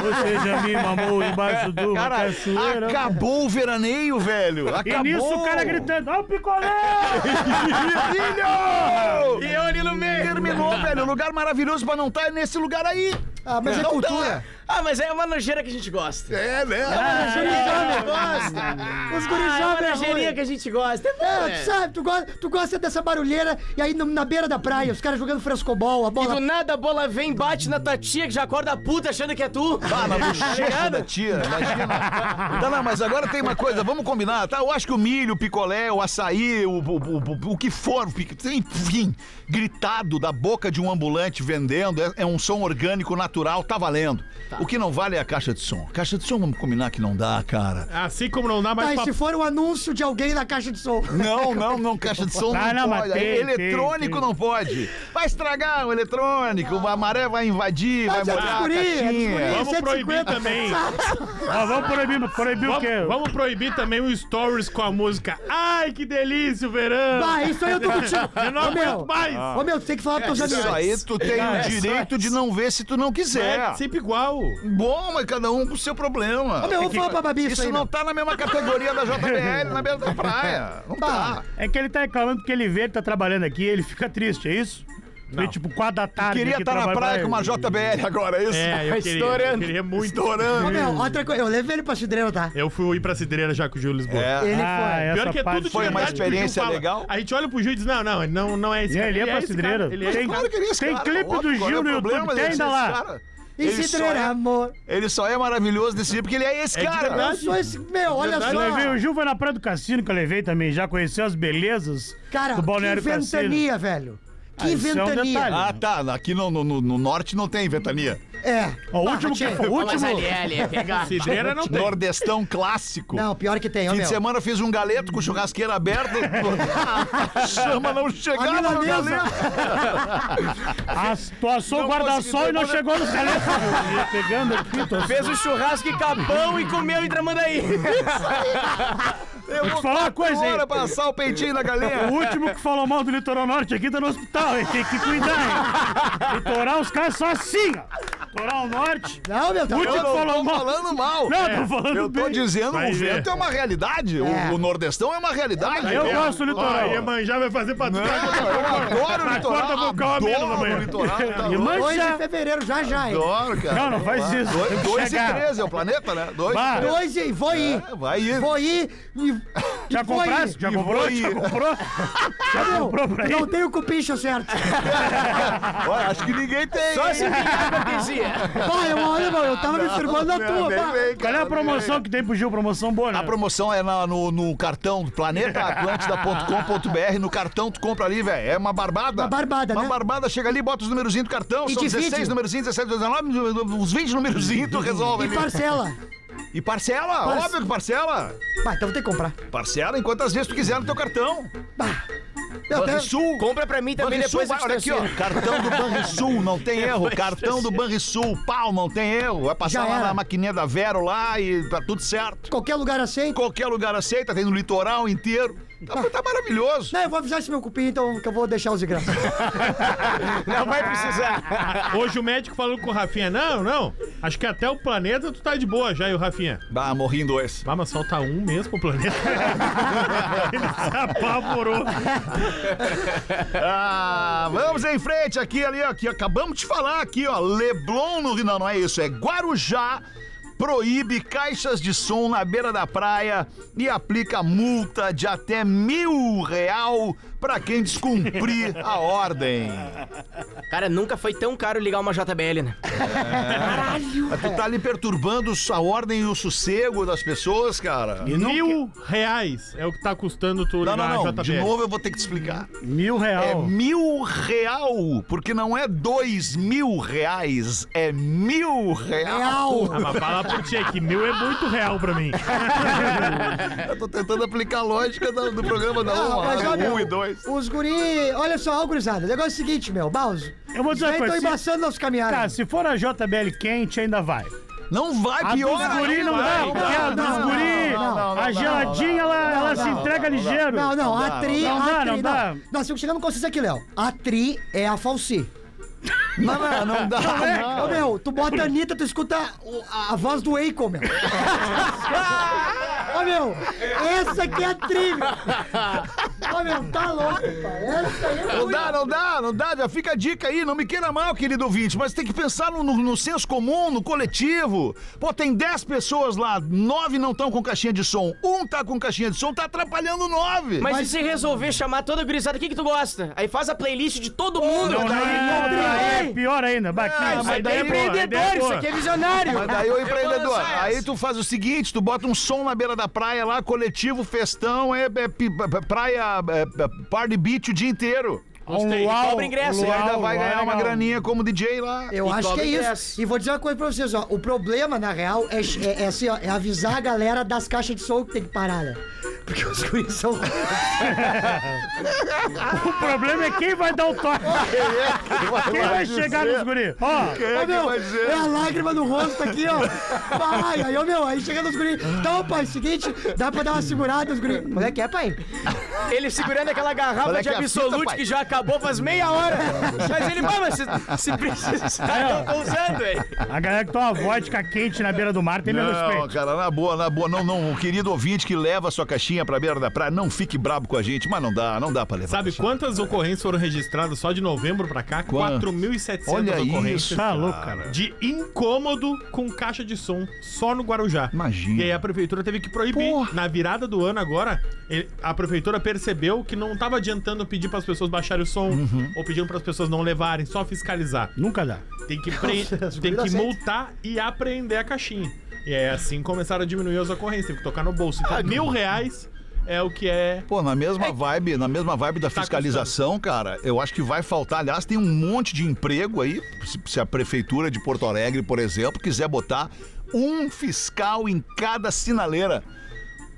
[SPEAKER 5] você já me mamou embaixo do uma
[SPEAKER 4] Cara,
[SPEAKER 5] cachoeira.
[SPEAKER 4] acabou o veraneio, velho.
[SPEAKER 5] E
[SPEAKER 4] Acabou.
[SPEAKER 5] nisso o cara gritando, ó o picolé!
[SPEAKER 4] Filho!
[SPEAKER 8] E eu ali no meio.
[SPEAKER 4] Terminou, velho. Lugar maravilhoso pra não estar nesse lugar aí.
[SPEAKER 7] Ah, mas é
[SPEAKER 4] Não dá.
[SPEAKER 7] cultura.
[SPEAKER 8] Ah, mas é uma nojeira que a gente gosta.
[SPEAKER 4] É, né?
[SPEAKER 5] Ah.
[SPEAKER 7] Os guris jovens gostam. Os guris
[SPEAKER 8] Ah, é uma
[SPEAKER 7] jovens
[SPEAKER 8] nojeirinha
[SPEAKER 7] ruim.
[SPEAKER 8] que a gente gosta. É bom,
[SPEAKER 7] É,
[SPEAKER 8] né?
[SPEAKER 7] tu sabe, tu gosta, tu gosta dessa barulheira e aí no- na beira da praia, os caras jogando frescobol, a
[SPEAKER 8] E do
[SPEAKER 7] bola.
[SPEAKER 8] nada a bola vem, bate na tua tia que já acorda puta achando que é tu.
[SPEAKER 4] Ah, na bochecha da tia, imagina. Tá, não, mas agora tem uma coisa, vamos combinar, tá? Eu acho que o milho, o picolé, o açaí, o, o, o, o- o que for, o pic- enfim, gritado da boca de um ambulante vendendo, é, é um som orgânico, natural, tá valendo. O que não vale é a caixa de som. Caixa de som, vamos combinar que não dá, cara.
[SPEAKER 6] Assim como não dá mais
[SPEAKER 7] Tá, e
[SPEAKER 6] pra
[SPEAKER 7] se for um anúncio de alguém na caixa de som.
[SPEAKER 4] Não, não, não, caixa de som
[SPEAKER 5] Ah,
[SPEAKER 4] não,
[SPEAKER 5] não, mas
[SPEAKER 4] pode.
[SPEAKER 5] tem,
[SPEAKER 4] eletrônico
[SPEAKER 5] tem,
[SPEAKER 4] não pode. Vai estragar o eletrônico, a maré vai invadir, vai
[SPEAKER 7] Mas é dos
[SPEAKER 4] molhar a
[SPEAKER 7] guri, é dos
[SPEAKER 4] caixinha.
[SPEAKER 7] guri.
[SPEAKER 6] Vamos
[SPEAKER 7] 150.
[SPEAKER 6] proibir também.
[SPEAKER 5] Ó, vamos proibir, proibir o quê?
[SPEAKER 6] Vamos, vamos proibir também o stories com a música. Ai, que delícia o verão!
[SPEAKER 7] Ah, isso aí eu tô contigo.
[SPEAKER 6] Eu não
[SPEAKER 7] Ô,
[SPEAKER 6] aguento
[SPEAKER 7] meu,
[SPEAKER 6] mais!
[SPEAKER 7] ô, meu, tu tem que falar pros teus
[SPEAKER 4] É, Isso
[SPEAKER 7] amigos.
[SPEAKER 4] aí tu tem
[SPEAKER 5] é
[SPEAKER 4] o direito de não ver se tu não quiser.
[SPEAKER 6] É sempre igual.
[SPEAKER 4] Bom, mas cada um com o seu
[SPEAKER 7] Ô,
[SPEAKER 4] problema.
[SPEAKER 7] meu, vamos falar pra Babi isso
[SPEAKER 4] É Isso
[SPEAKER 7] aí,
[SPEAKER 4] não
[SPEAKER 7] meu.
[SPEAKER 4] tá na mesma categoria da JBL na beira da praia. Não
[SPEAKER 5] Ah,
[SPEAKER 4] tá.
[SPEAKER 5] É que ele tá reclamando porque ele vê, ele tá trabalhando aqui, ele fica triste, é isso? Vem tipo 4 da tarde.
[SPEAKER 4] Queria
[SPEAKER 5] aqui,
[SPEAKER 4] estar na
[SPEAKER 5] trabalho
[SPEAKER 4] praia
[SPEAKER 5] vai-
[SPEAKER 4] com uma JBL agora, é isso?
[SPEAKER 6] É, eu queria, eu
[SPEAKER 8] Estourando.
[SPEAKER 6] queria muito.
[SPEAKER 7] Ô,
[SPEAKER 4] Estourando.
[SPEAKER 7] meu, outra coisa, eu levei ele pra cidreira, tá?
[SPEAKER 6] Eu fui ir pra cidreira já com o Gil Lisboa.
[SPEAKER 4] É.
[SPEAKER 7] Ele
[SPEAKER 5] Ah,
[SPEAKER 7] foi.
[SPEAKER 5] essa
[SPEAKER 6] Pior que é
[SPEAKER 5] parte
[SPEAKER 6] tudo
[SPEAKER 4] Foi uma
[SPEAKER 6] atividade que o Gil
[SPEAKER 4] experiência
[SPEAKER 6] fala.
[SPEAKER 4] legal?
[SPEAKER 6] A gente olha pro Gil e diz, não, não, ele não, não é esse
[SPEAKER 5] E
[SPEAKER 6] cara.
[SPEAKER 5] ele ia pra
[SPEAKER 6] esse
[SPEAKER 5] cidreira.
[SPEAKER 6] cara, Ele é
[SPEAKER 5] Tem-
[SPEAKER 6] esse cara.
[SPEAKER 4] Claro que ele é esse
[SPEAKER 5] Tem
[SPEAKER 4] cara,
[SPEAKER 5] clipe
[SPEAKER 4] óbvio,
[SPEAKER 5] do
[SPEAKER 4] qual é
[SPEAKER 5] Gil
[SPEAKER 4] o
[SPEAKER 5] no YouTube,
[SPEAKER 4] problema
[SPEAKER 5] tem
[SPEAKER 4] dele
[SPEAKER 5] ainda
[SPEAKER 4] ser esse
[SPEAKER 5] lá.
[SPEAKER 4] cara?
[SPEAKER 7] E
[SPEAKER 4] Ele só,
[SPEAKER 7] cidreira,
[SPEAKER 4] é,
[SPEAKER 7] amor.
[SPEAKER 4] ele só é maravilhoso desse jeito porque ele é esse
[SPEAKER 6] É de
[SPEAKER 4] cara.
[SPEAKER 6] verdade.
[SPEAKER 7] Eu sou esse. Meu, olha
[SPEAKER 6] verdade.
[SPEAKER 5] Eu levei, o
[SPEAKER 7] só.
[SPEAKER 5] Gil foi na Praia do Cassino que eu levei também, já conheceu as belezas
[SPEAKER 7] Cara,
[SPEAKER 5] do
[SPEAKER 7] que
[SPEAKER 5] Balneário Cassino.
[SPEAKER 7] ventania, velho.
[SPEAKER 5] Ah,
[SPEAKER 7] Que
[SPEAKER 5] isso é um
[SPEAKER 7] ventania.
[SPEAKER 5] detalhe.
[SPEAKER 4] Ah, tá. Aqui no, no- no- no norte não tem ventania.
[SPEAKER 7] É.
[SPEAKER 5] Ó, o
[SPEAKER 7] Barra,
[SPEAKER 5] último que
[SPEAKER 7] tchê.
[SPEAKER 5] foi, o
[SPEAKER 8] Mas
[SPEAKER 5] último,
[SPEAKER 8] ali, é, ali, é pegado.
[SPEAKER 6] Cidreira não tem.
[SPEAKER 4] Nordestão clássico.
[SPEAKER 7] Não, pior que tem, ó,
[SPEAKER 4] Fim de
[SPEAKER 7] meu.
[SPEAKER 4] semana eu fiz um galeto com churrasqueira aberta. Chama não
[SPEAKER 7] A
[SPEAKER 4] chegava no
[SPEAKER 7] milanesa.
[SPEAKER 4] galeto.
[SPEAKER 5] as, tu assou o
[SPEAKER 4] Não
[SPEAKER 5] guarda-sol
[SPEAKER 4] consegui
[SPEAKER 5] e não
[SPEAKER 4] devolver.
[SPEAKER 5] chegou nos galetas. Pegando aqui, tô
[SPEAKER 8] Fez o churrasco e capão e comeu em Tramandaí.
[SPEAKER 4] Eu vou
[SPEAKER 5] falar uma
[SPEAKER 4] quatro
[SPEAKER 5] coisa, hein?
[SPEAKER 4] horas pra assar o peitinho da
[SPEAKER 5] O
[SPEAKER 4] galinha.
[SPEAKER 5] último que falou mal do litoral norte aqui tá no hospital, hein? Tem que cuidar, hein? Litoral, os caras são assim, ó. Litoral norte.
[SPEAKER 7] Não, meu, tá
[SPEAKER 5] O último
[SPEAKER 7] louco.
[SPEAKER 5] que falou mal.
[SPEAKER 4] Falando mal.
[SPEAKER 5] Não, tô falando
[SPEAKER 4] É, Eu tô
[SPEAKER 5] bem.
[SPEAKER 4] dizendo,
[SPEAKER 6] Vai
[SPEAKER 4] o
[SPEAKER 6] ver.
[SPEAKER 4] vento é uma realidade. o-
[SPEAKER 7] É.
[SPEAKER 4] O, nordestão é uma realidade.
[SPEAKER 5] Eu gosto do litoral.
[SPEAKER 6] Ó, Iemanjá vai fazer pra trás.
[SPEAKER 4] Eu adoro o
[SPEAKER 5] Acorda
[SPEAKER 4] litoral.
[SPEAKER 5] com o calma mesmo,
[SPEAKER 4] Adoro
[SPEAKER 5] amanhã.
[SPEAKER 4] o litoral. Tá
[SPEAKER 5] Iemanjá.
[SPEAKER 4] louco.
[SPEAKER 7] 2 de fevereiro, já já, hein?
[SPEAKER 4] Adoro, cara.
[SPEAKER 5] Não, não faz isso. Tem
[SPEAKER 4] Dois,
[SPEAKER 5] que
[SPEAKER 4] dois e
[SPEAKER 5] chegar.
[SPEAKER 4] três é o planeta, né? Dois
[SPEAKER 5] Bah.
[SPEAKER 4] e três.
[SPEAKER 7] Dois e vou ir.
[SPEAKER 4] É, vai ir.
[SPEAKER 7] Vou ir e.
[SPEAKER 5] Já
[SPEAKER 7] e vou
[SPEAKER 5] compraste?
[SPEAKER 7] ir.
[SPEAKER 5] Já
[SPEAKER 4] E
[SPEAKER 5] comprou?
[SPEAKER 4] vou ir.
[SPEAKER 5] Já comprou? Já
[SPEAKER 7] Não,
[SPEAKER 5] comprou pra
[SPEAKER 7] não
[SPEAKER 5] ele?
[SPEAKER 7] tem o cupincho certo.
[SPEAKER 4] Olha, acho que ninguém tem.
[SPEAKER 8] Só
[SPEAKER 4] hein?
[SPEAKER 8] se vingar com é a hipocrisia.
[SPEAKER 7] Pai, eu, olha, meu, eu tava me firmando na
[SPEAKER 4] Não,
[SPEAKER 7] tua,
[SPEAKER 4] bem,
[SPEAKER 7] pá.
[SPEAKER 4] bem,
[SPEAKER 5] Qual é
[SPEAKER 4] cara,
[SPEAKER 5] a
[SPEAKER 4] bem,
[SPEAKER 5] promoção que tem pro Gil? Promoção boa, né?
[SPEAKER 4] A promoção é na- no, no cartão planetaatlântida.com.br. No cartão tu compra ali, velho. É uma barbada.
[SPEAKER 7] Uma barbada,
[SPEAKER 4] Uma
[SPEAKER 7] né?
[SPEAKER 4] barbada, chega ali, bota os numerozinhos do cartão.
[SPEAKER 7] E
[SPEAKER 4] são
[SPEAKER 7] divide.
[SPEAKER 4] 16 numerozinhos, 17, 19, uns 20 numerozinhos, tu resolve
[SPEAKER 7] E
[SPEAKER 4] ali.
[SPEAKER 7] parcela.
[SPEAKER 4] E parcela,
[SPEAKER 7] Parce-
[SPEAKER 4] óbvio que parcela.
[SPEAKER 7] Bah, então vou ter que comprar.
[SPEAKER 4] Parcela em quantas vezes tu quiser no teu cartão.
[SPEAKER 7] Bah. Eu tenho-
[SPEAKER 4] Banrisul.
[SPEAKER 8] Compra pra mim também
[SPEAKER 4] Banrisul,
[SPEAKER 8] depois
[SPEAKER 4] vai, olha aqui, ó.
[SPEAKER 8] assim.
[SPEAKER 4] Cartão do Banrisul, não tem erro. Cartão do Banrisul, pau, não tem erro. Vai
[SPEAKER 7] Já
[SPEAKER 4] passar lá
[SPEAKER 7] era.
[SPEAKER 4] na maquininha da Vero lá e tá tudo certo.
[SPEAKER 7] Qualquer lugar assim. aceita.
[SPEAKER 4] Qualquer lugar aceita, tem no litoral inteiro. Tá, tá maravilhoso.
[SPEAKER 7] Não, eu vou avisar esse meu cupim, então, que eu vou deixar os ingressos.
[SPEAKER 4] né?
[SPEAKER 8] Não vai precisar.
[SPEAKER 6] tá. Hoje o médico falou com o Rafinha, não, não, acho que até o planeta tu tá de boa já, e o Rafinha.
[SPEAKER 4] Bah, morri em dois.
[SPEAKER 6] Ah, mas falta um mesmo pro planeta. Ele se apavorou.
[SPEAKER 4] Ah, vamos em frente aqui, ali, ó, que acabamos de falar aqui, ó. Leblon no Rio. Não, não é isso, é Guarujá. Proíbe caixas de som na beira da praia e aplica multa de até mil real pra quem descumprir a ordem.
[SPEAKER 8] Cara, nunca foi tão caro ligar uma JBL, né?
[SPEAKER 4] Mas tu tá ali perturbando a ordem e o sossego das pessoas, cara.
[SPEAKER 6] Mil reais é o que tá custando tu
[SPEAKER 4] Não,
[SPEAKER 5] Ah,
[SPEAKER 6] ligar
[SPEAKER 4] não,
[SPEAKER 6] a
[SPEAKER 4] não.
[SPEAKER 6] JBL.
[SPEAKER 4] De novo eu vou ter que te explicar.
[SPEAKER 5] Mil
[SPEAKER 4] É
[SPEAKER 5] real.
[SPEAKER 4] mil real, porque não é dois mil reais, é mil real.
[SPEAKER 6] Ah, mas fala por ti que mil é muito real pra mim.
[SPEAKER 4] Eu tô tentando aplicar a lógica do, do programa da
[SPEAKER 7] Ah,
[SPEAKER 4] uma,
[SPEAKER 7] mas
[SPEAKER 4] né?
[SPEAKER 7] olha,
[SPEAKER 4] um e dois.
[SPEAKER 7] Os guri. Olha só, ó, gurizada. O negócio é o seguinte, meu. Baus.
[SPEAKER 5] Eu vou dizer uma
[SPEAKER 7] aí
[SPEAKER 5] coisa,
[SPEAKER 7] estão
[SPEAKER 5] se-
[SPEAKER 7] embaçando nosso
[SPEAKER 5] Cara,
[SPEAKER 7] caminhado.
[SPEAKER 5] se for a JBL quente, ainda vai.
[SPEAKER 4] Não vai
[SPEAKER 5] A
[SPEAKER 4] pior.
[SPEAKER 5] dos guri não
[SPEAKER 6] vai,
[SPEAKER 5] dá,
[SPEAKER 6] não
[SPEAKER 5] porque a
[SPEAKER 7] dá,
[SPEAKER 5] dos
[SPEAKER 7] não,
[SPEAKER 5] guri,
[SPEAKER 7] não, não,
[SPEAKER 4] não,
[SPEAKER 5] a
[SPEAKER 4] não,
[SPEAKER 5] geladinha,
[SPEAKER 4] não,
[SPEAKER 5] ela,
[SPEAKER 7] não,
[SPEAKER 5] ela
[SPEAKER 7] não,
[SPEAKER 5] se
[SPEAKER 7] não,
[SPEAKER 5] entrega
[SPEAKER 4] não,
[SPEAKER 5] ligeiro.
[SPEAKER 7] Não, não, a tri.
[SPEAKER 5] não
[SPEAKER 7] a
[SPEAKER 5] dá,
[SPEAKER 7] tri,
[SPEAKER 5] não dá.
[SPEAKER 7] Nós estamos chegando no consenso aqui, Léo. A tri é a falsi.
[SPEAKER 4] Não, não, não dá.
[SPEAKER 5] É,
[SPEAKER 4] não.
[SPEAKER 7] Ô, meu, tu bota a Anitta, tu escuta o- a, a voz do Eiko, meu. Ô, meu, essa aqui é a tri, meu. Ô, meu, tá louco, pai. Essa aí é
[SPEAKER 4] Não
[SPEAKER 7] muito-
[SPEAKER 4] dá, não dá, não dá. Já fica a dica aí. Não me queira mal, querido ouvinte, mas tem que pensar no, no- no senso comum, no coletivo. Pô, tem 10 pessoas lá, nove não estão com caixinha de som. Um tá com caixinha de som, tá atrapalhando nove.
[SPEAKER 8] Mas, e se resolver chamar toda a gurizada, o que, que tu gosta? Aí faz a playlist de todo mundo.
[SPEAKER 5] Não, não,
[SPEAKER 8] Aí,
[SPEAKER 5] não, é pior ainda. Bah, que
[SPEAKER 8] Isso
[SPEAKER 5] a
[SPEAKER 8] aqui é
[SPEAKER 5] ideia é boa, a ideia
[SPEAKER 8] empreendedor,
[SPEAKER 5] é
[SPEAKER 8] isso
[SPEAKER 5] boa.
[SPEAKER 8] aqui é visionário.
[SPEAKER 4] Mas daí o
[SPEAKER 8] Eu vou
[SPEAKER 4] empreendedor,
[SPEAKER 8] lançar
[SPEAKER 4] aí
[SPEAKER 8] essa.
[SPEAKER 4] tu faz o seguinte, tu bota um som na beira da praia lá, coletivo, festão, é, é pi- é praia, é, é party beach o dia inteiro.
[SPEAKER 6] Gostei.
[SPEAKER 8] Cobra ingresso.
[SPEAKER 5] um
[SPEAKER 4] E
[SPEAKER 5] luau,
[SPEAKER 4] ainda vai
[SPEAKER 5] luau é
[SPEAKER 4] ganhar uma
[SPEAKER 5] legal.
[SPEAKER 4] graninha como DJ lá.
[SPEAKER 7] Eu
[SPEAKER 8] E
[SPEAKER 7] acho que
[SPEAKER 8] cobra
[SPEAKER 7] é isso.
[SPEAKER 8] ingresso.
[SPEAKER 7] E vou dizer uma coisa pra vocês, ó. O problema, na real, é, é- é assim, ó, é avisar a galera das caixas de som que tem que parar, né? Porque os guris são.
[SPEAKER 5] O problema é quem vai dar o toque. Quem vai chegar nos guri? Ó,
[SPEAKER 4] Quem é
[SPEAKER 7] Ô,
[SPEAKER 4] que
[SPEAKER 7] meu,
[SPEAKER 4] vai dizer?
[SPEAKER 7] é a lágrima no rosto aqui, ó. Vai, aí, ô, meu, aí chega nos guris. Então, pai, seguinte, dá pra dar uma segurada nos guris. Como é que é, pai?
[SPEAKER 8] Ele segurando aquela
[SPEAKER 4] Olha
[SPEAKER 8] garrafa de
[SPEAKER 4] aqui é a fita,
[SPEAKER 8] Absolute
[SPEAKER 4] pai.
[SPEAKER 8] que já acabou faz meia hora. Mas ele, mano, se, se precisar, eu tô usando, velho.
[SPEAKER 5] a galera que toma vodka quente na beira do mar tem meu
[SPEAKER 4] Não,
[SPEAKER 5] respeito.
[SPEAKER 4] cara, na boa, na boa. Não, não. O querido ouvinte que leva a sua caixinha latinha pra beira da praia. Não fique brabo com a gente, mas não dá, não dá pra levar.
[SPEAKER 6] Sabe quantas ocorrências foram registradas só de novembro pra cá?
[SPEAKER 4] Quantas?
[SPEAKER 6] 4.700
[SPEAKER 4] Olha
[SPEAKER 6] ocorrências.
[SPEAKER 4] isso,
[SPEAKER 5] Tá louco, cara.
[SPEAKER 6] De incômodo com caixa de som só no Guarujá.
[SPEAKER 4] Imagina.
[SPEAKER 6] E aí a prefeitura teve que proibir.
[SPEAKER 4] Porra.
[SPEAKER 6] Na virada do ano agora, ele- a prefeitura percebeu que não tava adiantando pedir pras pessoas baixarem o som ou pedindo pras pessoas não levarem, só fiscalizar.
[SPEAKER 5] Nunca dá.
[SPEAKER 6] Tem que, pre-
[SPEAKER 7] as
[SPEAKER 6] tem que
[SPEAKER 7] gurias
[SPEAKER 6] multar e apreender a caixinha. E aí assim começaram a diminuir as ocorrências, teve que tocar no bolso. Então, mil reais é o que é
[SPEAKER 4] Pô, na mesma vibe, na mesma vibe da
[SPEAKER 6] Tá
[SPEAKER 4] fiscalização, cara, eu acho que vai faltar. Aliás, tem um monte de emprego aí. Se, se a prefeitura de Porto Alegre, por exemplo, quiser botar um fiscal em cada sinaleira.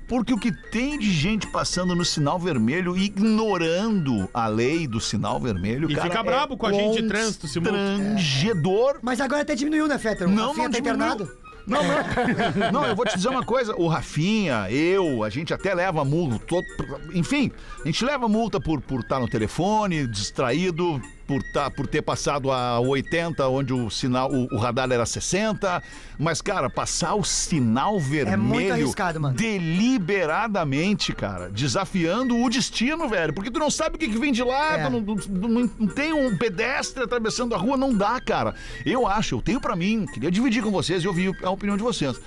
[SPEAKER 4] Porque o que tem de gente passando no sinal vermelho, ignorando a lei do sinal vermelho,
[SPEAKER 6] E
[SPEAKER 4] cara, é
[SPEAKER 6] fica brabo com a gente de trânsito, É. se multa.
[SPEAKER 4] Constrangedor.
[SPEAKER 7] Mas agora até diminuiu, né, Fetter? O
[SPEAKER 4] Não,
[SPEAKER 7] Rafinha
[SPEAKER 4] não
[SPEAKER 7] tá
[SPEAKER 4] diminuiu.
[SPEAKER 7] internado.
[SPEAKER 4] Não, não. Não, eu vou te dizer uma coisa. O Rafinha, eu, a gente até leva multa. todo- enfim, a gente leva multa por estar no telefone, distraído, por, tá, por ter passado a 80, onde o sinal, o, o radar era 60. Mas, cara, passar o sinal vermelho.
[SPEAKER 7] É arriscado, mano.
[SPEAKER 4] Deliberadamente, cara. Desafiando o destino, velho. Porque tu não sabe o que, que vem de lá,
[SPEAKER 7] É.
[SPEAKER 4] tu não, tu- tu não- não tem um pedestre atravessando a rua, não dá, cara. Eu acho, eu tenho pra mim, queria dividir com vocês e ouvir a opinião de vocês.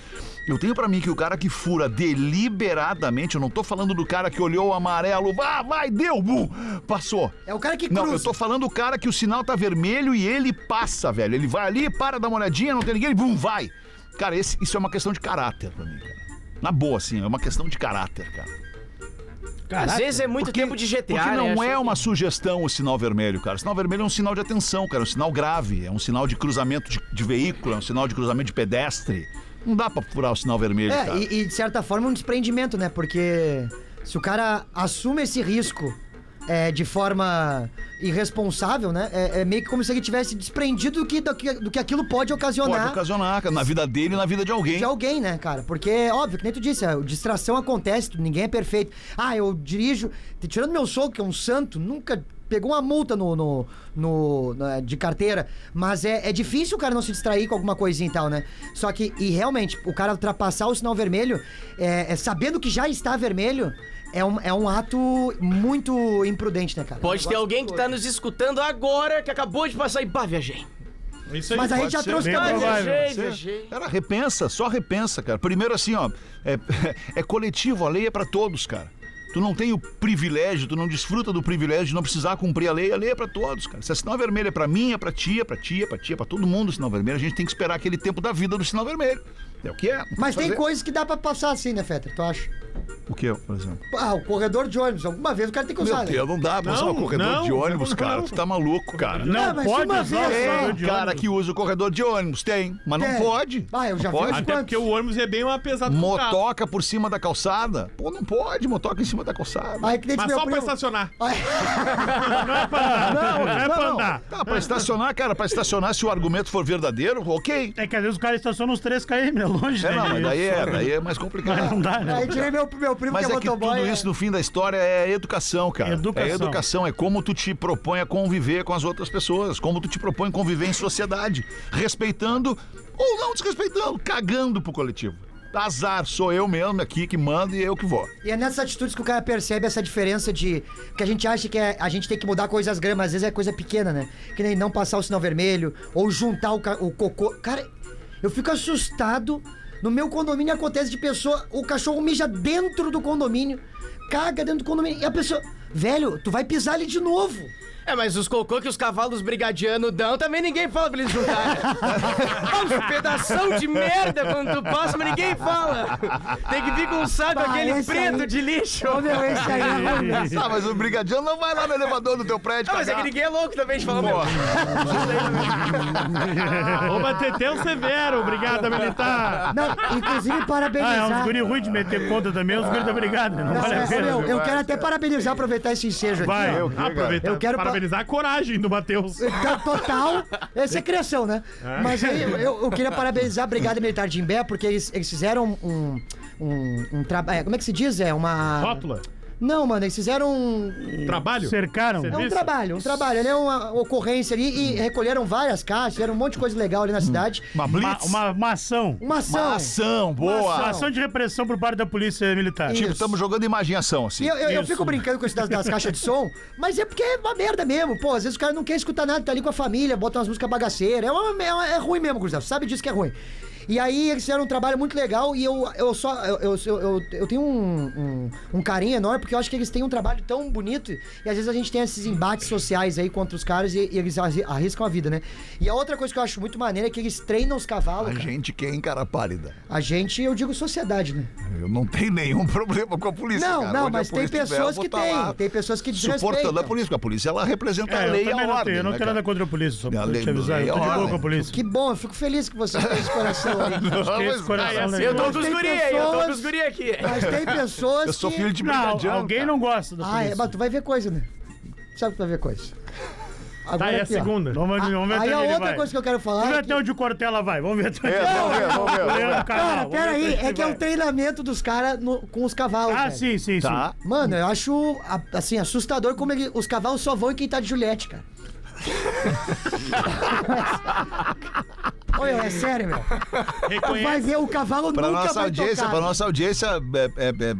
[SPEAKER 4] Eu tenho pra mim que o cara que fura deliberadamente, eu não tô falando do cara que olhou o amarelo, vá, vai, deu, bum, passou.
[SPEAKER 7] É o cara que
[SPEAKER 4] Não, eu
[SPEAKER 7] cruza.
[SPEAKER 4] tô falando o cara que o sinal tá vermelho e ele passa, velho. Ele vai ali, para, dá uma olhadinha, não tem ninguém, bum, vai. Cara, esse- isso é uma questão de caráter pra mim, cara. Na boa, assim, é uma questão de caráter, cara.
[SPEAKER 8] Às vezes é muito tempo de GTA,
[SPEAKER 4] Porque
[SPEAKER 8] né?
[SPEAKER 4] não
[SPEAKER 8] Acho
[SPEAKER 4] é
[SPEAKER 8] que-
[SPEAKER 4] uma sugestão o sinal vermelho, cara. O sinal vermelho é um sinal de atenção, cara. É um sinal grave. É um sinal de cruzamento de, de veículo, é um sinal de cruzamento de pedestre. Não dá pra furar o sinal vermelho,
[SPEAKER 7] É,
[SPEAKER 4] cara.
[SPEAKER 7] e, e, de certa forma um desprendimento, né? Porque se o cara assume esse risco é, de forma irresponsável, né? É, é meio que como se ele tivesse desprendido do que, do que, do que aquilo
[SPEAKER 4] Pode
[SPEAKER 7] pode ocasionar.
[SPEAKER 4] ocasionar, cara, na vida dele e na vida de alguém.
[SPEAKER 7] de alguém, né, cara? Porque, óbvio, que nem tu disse, a distração acontece, tu- ninguém é perfeito. Ah, eu dirijo, t- tirando meu sogro, que é um santo, nunca pegou uma multa no, no, no- na- de carteira, mas é, é difícil o cara não se distrair com alguma coisinha e tal, né? Só que, e realmente, o cara ultrapassar o sinal vermelho, é, é sabendo que já está vermelho, é um, é um ato muito imprudente, né, cara?
[SPEAKER 8] Pode ter alguém que tá nos escutando agora, que acabou de passar e bah, viajei.
[SPEAKER 6] isso aí.
[SPEAKER 7] Mas a gente já
[SPEAKER 4] ser
[SPEAKER 7] trouxe
[SPEAKER 5] bem
[SPEAKER 8] Ah,
[SPEAKER 7] cara,
[SPEAKER 5] provável. Vai,
[SPEAKER 8] viajei, viajei.
[SPEAKER 4] Cara, repensa, só repensa, cara. Primeiro assim, ó, é, é coletivo, a lei é pra todos, cara. Tu não tem o privilégio, tu não desfruta do privilégio de não precisar cumprir a lei, a lei é pra todos, cara. Se a sinal vermelho é pra mim, é pra tia, pra tia, pra tia, pra todo mundo o sinal vermelho, a gente tem que esperar aquele tempo da vida do sinal vermelho. É o que é. não
[SPEAKER 7] Mas tem
[SPEAKER 4] fazer.
[SPEAKER 7] coisas que dá pra passar assim, né, Fetter? Tu acha?
[SPEAKER 4] O que, por exemplo?
[SPEAKER 7] Ah, o corredor de ônibus. Alguma vez o cara tem que usar,
[SPEAKER 4] Meu
[SPEAKER 7] né?
[SPEAKER 4] Deus, não dá pra usar
[SPEAKER 6] Não,
[SPEAKER 4] o corredor
[SPEAKER 6] não,
[SPEAKER 4] de ônibus,
[SPEAKER 6] não,
[SPEAKER 4] cara.
[SPEAKER 6] não. é
[SPEAKER 4] Tu tá maluco, cara.
[SPEAKER 5] Não
[SPEAKER 7] Ah, mas
[SPEAKER 5] pode
[SPEAKER 7] uma
[SPEAKER 5] usar
[SPEAKER 7] vez
[SPEAKER 5] o
[SPEAKER 7] só.
[SPEAKER 5] sinal
[SPEAKER 4] Tem
[SPEAKER 5] de
[SPEAKER 4] cara
[SPEAKER 5] ônibus.
[SPEAKER 4] que usa o corredor de ônibus, tem, mas não
[SPEAKER 7] Tem.
[SPEAKER 4] pode.
[SPEAKER 7] Ah, eu
[SPEAKER 4] Não
[SPEAKER 7] já vi
[SPEAKER 4] pode.
[SPEAKER 7] uns
[SPEAKER 6] Até porque o ônibus é bem uma pesada com o carro.
[SPEAKER 4] Motoca por cima da calçada? Pô, não pode, motoca em cima da calçada.
[SPEAKER 7] Aí que nem
[SPEAKER 6] Mas
[SPEAKER 7] meu
[SPEAKER 6] só pra
[SPEAKER 7] primo.
[SPEAKER 6] estacionar.
[SPEAKER 5] Não, é pra andar.
[SPEAKER 4] Tá, pra estacionar, cara, pra estacionar, se o argumento for verdadeiro, ok.
[SPEAKER 5] É que às vezes o cara estaciona uns 3 km, é longe,
[SPEAKER 4] É,
[SPEAKER 5] né?
[SPEAKER 4] não, mas daí é, daí é mais
[SPEAKER 5] Mas não
[SPEAKER 4] complicado.
[SPEAKER 5] dá, né?
[SPEAKER 7] Aí tirei meu, meu primo
[SPEAKER 4] Mas
[SPEAKER 7] que é,
[SPEAKER 4] é que
[SPEAKER 7] motoboy.
[SPEAKER 4] tudo
[SPEAKER 7] é-
[SPEAKER 4] isso, no fim da história, é educação, cara.
[SPEAKER 5] Educação.
[SPEAKER 4] É educação, é como tu te propõe a conviver com as outras pessoas, como tu te propõe conviver em sociedade, respeitando ou não desrespeitando, cagando pro coletivo. Azar, sou eu mesmo aqui que mando e eu que vou.
[SPEAKER 7] E é nessas atitudes que o cara percebe essa diferença de. Que a gente acha que é, a gente tem que mudar coisas grandes, mas às vezes é coisa pequena, né? Que nem não passar o sinal vermelho, ou juntar o, ca- o cocô. Cara, eu fico assustado. No meu condomínio acontece de pessoa. O cachorro mija dentro do condomínio, caga dentro do condomínio. E a pessoa. Velho, tu vai pisar ali de novo.
[SPEAKER 8] É, mas os cocô que os cavalos brigadianos dão, também ninguém fala pra eles juntarem. Ah, Os pedação de merda quando tu passa, mas ninguém fala. Tem que vir com um saco
[SPEAKER 7] Bah,
[SPEAKER 8] aquele
[SPEAKER 7] esse
[SPEAKER 8] preto
[SPEAKER 7] aí-
[SPEAKER 8] de lixo.
[SPEAKER 7] Ô, meu, esse aí.
[SPEAKER 4] Ah, mas o brigadinho não vai lá no elevador do teu prédio,
[SPEAKER 8] Ah, mas é que
[SPEAKER 4] cagar.
[SPEAKER 8] ninguém é louco também de falar, meu.
[SPEAKER 6] Arroba Teteu Severo, brigada militar.
[SPEAKER 7] Ah, Não, inclusive
[SPEAKER 5] Ah,
[SPEAKER 7] parabenizar.
[SPEAKER 5] é uns guri ruim de meter conta também, uns guri tá brigado, né? Não,
[SPEAKER 7] Não,
[SPEAKER 5] vale a
[SPEAKER 7] é,
[SPEAKER 5] pena.
[SPEAKER 7] meu, eu quero até parabenizar, aproveitar esse ensejo aqui.
[SPEAKER 5] Vai,
[SPEAKER 4] Eu que, cara.
[SPEAKER 6] Aproveitar,
[SPEAKER 7] Eu quero pa-
[SPEAKER 6] parabenizar a coragem do Matheus.
[SPEAKER 7] Da Tá total, essa é criação, né? Mas aí eu, eu- eu queria parabenizar a Brigada Militar de Imbé, porque eles, eles fizeram um. um, um trabalho. Como é que se diz? É uma.
[SPEAKER 6] Rótula.
[SPEAKER 7] Não, mano, eles fizeram um.
[SPEAKER 6] Trabalho?
[SPEAKER 5] Cercaram.
[SPEAKER 7] É um
[SPEAKER 6] Isso.
[SPEAKER 7] trabalho, um trabalho. Ele é uma ocorrência ali e recolheram várias caixas, fizeram um monte de coisa legal ali na cidade.
[SPEAKER 4] Uma
[SPEAKER 5] Uma,
[SPEAKER 4] blitz?
[SPEAKER 5] uma, uma ação.
[SPEAKER 7] Uma ação.
[SPEAKER 4] Uma ação, boa.
[SPEAKER 5] Uma
[SPEAKER 7] ação.
[SPEAKER 5] ação de repressão por parte da polícia militar.
[SPEAKER 4] Tipo,
[SPEAKER 7] Isso.
[SPEAKER 4] estamos jogando imaginação, assim.
[SPEAKER 7] E eu, eu- eu
[SPEAKER 5] Isso.
[SPEAKER 7] fico brincando com isso das, das caixas de som, mas é porque é uma merda mesmo. Pô, às vezes o cara não quer escutar nada, tá ali com a família, bota umas músicas bagaceiras. É, uma- é uma- é ruim mesmo, Gustavo. Sabe disso que é ruim. E aí eles fizeram um trabalho muito legal e eu, eu só. Eu, eu, eu- eu- eu tenho um, um- um carinho enorme, porque eu acho que eles têm um trabalho tão bonito. E às vezes a gente tem esses embates sociais aí contra os caras e, e eles arri- arriscam a vida, né? E a outra coisa que eu acho muito maneira é que eles treinam os cavalos.
[SPEAKER 4] A
[SPEAKER 7] cara.
[SPEAKER 4] gente quer encarar pálida.
[SPEAKER 7] A gente, eu digo sociedade, né?
[SPEAKER 4] Eu não tenho nenhum problema com a polícia.
[SPEAKER 7] Não,
[SPEAKER 4] cara.
[SPEAKER 7] não,
[SPEAKER 4] Onde a
[SPEAKER 7] mas tem
[SPEAKER 4] polícia
[SPEAKER 7] pessoas
[SPEAKER 4] eu vou
[SPEAKER 7] que
[SPEAKER 4] tá
[SPEAKER 7] tem,
[SPEAKER 4] lá
[SPEAKER 7] tem pessoas que
[SPEAKER 4] Suportando a
[SPEAKER 7] desrespeitam.
[SPEAKER 4] polícia, porque a polícia ela representa
[SPEAKER 5] É,
[SPEAKER 4] a
[SPEAKER 5] eu
[SPEAKER 4] lei e a
[SPEAKER 5] também
[SPEAKER 4] ordem.
[SPEAKER 5] não tenho, eu não
[SPEAKER 4] né,
[SPEAKER 5] tenho
[SPEAKER 4] cara?
[SPEAKER 5] nada contra a polícia, só
[SPEAKER 4] É a
[SPEAKER 5] pra
[SPEAKER 4] lei
[SPEAKER 5] te
[SPEAKER 4] do-
[SPEAKER 5] avisar,
[SPEAKER 4] lei
[SPEAKER 5] eu tô
[SPEAKER 4] é
[SPEAKER 5] de boa com
[SPEAKER 4] ordem.
[SPEAKER 5] a polícia.
[SPEAKER 7] Que bom, eu fico feliz que você tem esse coração aí.
[SPEAKER 5] Tem esse
[SPEAKER 4] é
[SPEAKER 5] coração,
[SPEAKER 4] assim,
[SPEAKER 8] Ah,
[SPEAKER 5] né?
[SPEAKER 8] eu tô
[SPEAKER 7] Mas
[SPEAKER 8] com os
[SPEAKER 7] tem
[SPEAKER 8] guri aí, eu tô com
[SPEAKER 7] pessoas-
[SPEAKER 8] os guri aqui.
[SPEAKER 7] Mas tem pessoas
[SPEAKER 4] Eu sou
[SPEAKER 7] que...
[SPEAKER 4] filho de tá.
[SPEAKER 5] Não,
[SPEAKER 4] brigadião.
[SPEAKER 5] alguém não gosta da
[SPEAKER 7] Ah, é,
[SPEAKER 5] polícia.
[SPEAKER 7] mas tu vai ver coisa, né? Sabe que tu vai ver coisa. Agora
[SPEAKER 6] Tá, é a
[SPEAKER 7] aqui, ó.
[SPEAKER 6] segunda.
[SPEAKER 5] Vamos,
[SPEAKER 7] A-
[SPEAKER 5] vamos ver
[SPEAKER 7] Ah, aí
[SPEAKER 5] até
[SPEAKER 7] a
[SPEAKER 5] onde ele
[SPEAKER 7] outra
[SPEAKER 5] vai. um
[SPEAKER 7] coisa que eu quero falar...
[SPEAKER 5] Vamos ver
[SPEAKER 7] é que-
[SPEAKER 5] até onde o Cortella vai. Vamos ver até onde
[SPEAKER 4] É, vamos ver, vamos ver.
[SPEAKER 5] Leandro
[SPEAKER 7] Cara,
[SPEAKER 5] Carvalho, vamos ver até
[SPEAKER 7] peraí,
[SPEAKER 5] onde
[SPEAKER 7] é
[SPEAKER 5] ele
[SPEAKER 7] que é
[SPEAKER 5] vai.
[SPEAKER 7] o treinamento dos caras no- com os cavalos,
[SPEAKER 5] Ah,
[SPEAKER 7] velho.
[SPEAKER 5] sim, sim, sim.
[SPEAKER 4] Tá.
[SPEAKER 7] Mano, eu acho, a- assim, assustador como ele- os cavalos só vão em quem tá de Juliette, cara. Olha, é sério, meu. Tu vai
[SPEAKER 6] Reconhece.
[SPEAKER 7] ver, o cavalo
[SPEAKER 4] Pra
[SPEAKER 7] nunca
[SPEAKER 4] nossa
[SPEAKER 7] vai
[SPEAKER 4] audiência,
[SPEAKER 7] tocar.
[SPEAKER 4] pra nossa audiência é- é- é-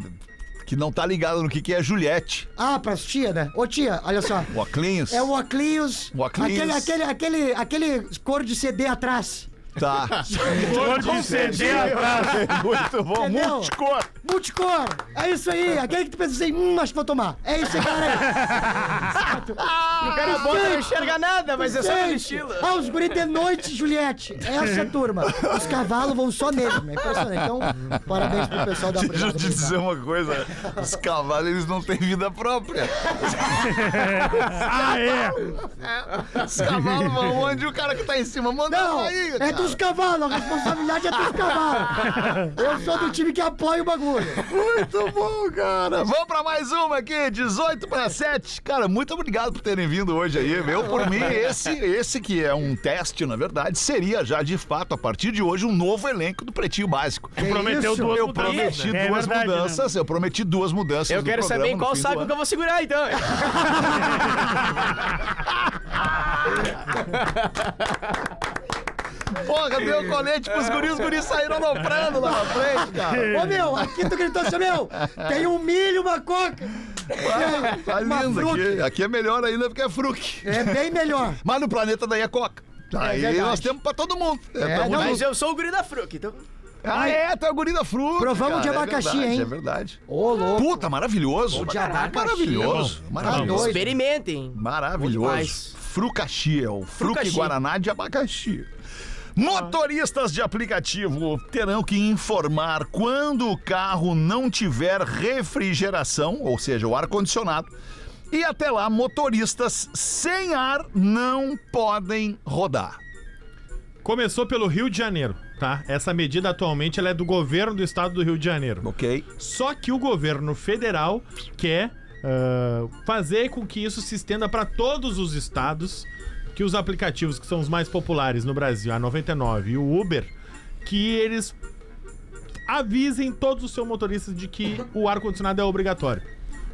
[SPEAKER 4] que não tá ligada no que, que é Juliette.
[SPEAKER 7] Ah, pras tia, né? Ô tia, olha só.
[SPEAKER 4] O Aclinhos.
[SPEAKER 7] É o Oclinhos.
[SPEAKER 4] O Oclinhos.
[SPEAKER 7] Aquele, aquele, aquele, aquele cor de CD atrás.
[SPEAKER 4] Tá.
[SPEAKER 5] Cor de CD atrás.
[SPEAKER 4] Muito bom.
[SPEAKER 7] Entendeu?
[SPEAKER 4] Multicor.
[SPEAKER 7] Multicor. É isso aí. Aquele que tu pensa assim, hum, acho que vou tomar. É isso aí, cara.
[SPEAKER 8] O cara bota não enxerga nada, mas é só na mochila.
[SPEAKER 7] Ah, os guri de noite, Juliette. É Essa turma. Os cavalos vão só nele, né? Impressionante. Então, parabéns pro pessoal da
[SPEAKER 4] Deixa eu te dizer
[SPEAKER 7] Brigada.
[SPEAKER 4] uma coisa. Os cavalos, eles não têm vida própria.
[SPEAKER 5] Ah, é.
[SPEAKER 4] Os cavalos vão tá onde o cara que tá em cima manda
[SPEAKER 7] Não,
[SPEAKER 4] sair.
[SPEAKER 7] é dos cavalos. A responsabilidade é dos cavalos. Eu sou do time que apoia o bagulho.
[SPEAKER 4] Muito bom, cara. Vamos pra mais uma aqui, 18 para 7. Cara, muito obrigado por terem vindo hoje aí. Eu, por mim, esse, esse que é um teste, na verdade, seria já de fato, a partir de hoje, um novo elenco do Pretinho Básico.
[SPEAKER 5] Prometeu
[SPEAKER 7] isso?
[SPEAKER 5] duas
[SPEAKER 4] Eu
[SPEAKER 5] mudanças,
[SPEAKER 4] prometi
[SPEAKER 5] né? É
[SPEAKER 4] duas
[SPEAKER 5] verdade, né?
[SPEAKER 4] mudanças, eu prometi duas mudanças.
[SPEAKER 8] Eu
[SPEAKER 4] no
[SPEAKER 8] quero
[SPEAKER 4] um programa
[SPEAKER 8] saber em
[SPEAKER 4] no
[SPEAKER 8] qual
[SPEAKER 4] fim do
[SPEAKER 8] saco
[SPEAKER 4] ano.
[SPEAKER 8] que eu vou segurar, então.
[SPEAKER 4] Porra, deu o colete pros guris, os guris saíram aloprando lá na frente, cara.
[SPEAKER 7] Ô meu, aqui tu gritou assim, meu, tem um milho, uma coca.
[SPEAKER 4] Tá
[SPEAKER 7] Uma
[SPEAKER 4] lindo aqui.
[SPEAKER 7] fruque.
[SPEAKER 4] Aqui é melhor ainda porque é fruque.
[SPEAKER 7] É bem melhor.
[SPEAKER 4] Mas no planeta daí é coca. Aí
[SPEAKER 7] verdade.
[SPEAKER 4] nós temos pra todo mundo.
[SPEAKER 7] É,
[SPEAKER 4] tamo
[SPEAKER 7] não,
[SPEAKER 4] junto.
[SPEAKER 8] Mas eu sou o guri da fruque, então.
[SPEAKER 4] Ah, é, tu é o guri da fruta.
[SPEAKER 7] Provamos
[SPEAKER 4] cara,
[SPEAKER 7] de abacaxi,
[SPEAKER 4] é verdade,
[SPEAKER 7] hein?
[SPEAKER 4] É verdade.
[SPEAKER 7] Ô, louco.
[SPEAKER 4] Puta, maravilhoso.
[SPEAKER 7] de abacaxi. Tá
[SPEAKER 4] Maravilhoso.
[SPEAKER 7] doido.
[SPEAKER 4] Maravilhoso.
[SPEAKER 8] Experimentem. Bom demais.
[SPEAKER 4] Maravilhoso. Frucaxi é o fruque
[SPEAKER 8] Frucaxi.
[SPEAKER 4] guaraná de abacaxi. Motoristas de aplicativo terão que informar quando o carro não tiver refrigeração, ou seja, o ar-condicionado. E até lá, motoristas sem ar não podem rodar.
[SPEAKER 6] Começou pelo Rio de Janeiro, tá? Essa medida atualmente ela é do governo do estado do Rio de Janeiro.
[SPEAKER 4] Ok?
[SPEAKER 6] Só que o governo federal quer ah, fazer com que isso se estenda para todos os estados, que os aplicativos que são os mais populares no Brasil, a 99 e o Uber, que eles avisem todos os seus motoristas de que o ar-condicionado é obrigatório.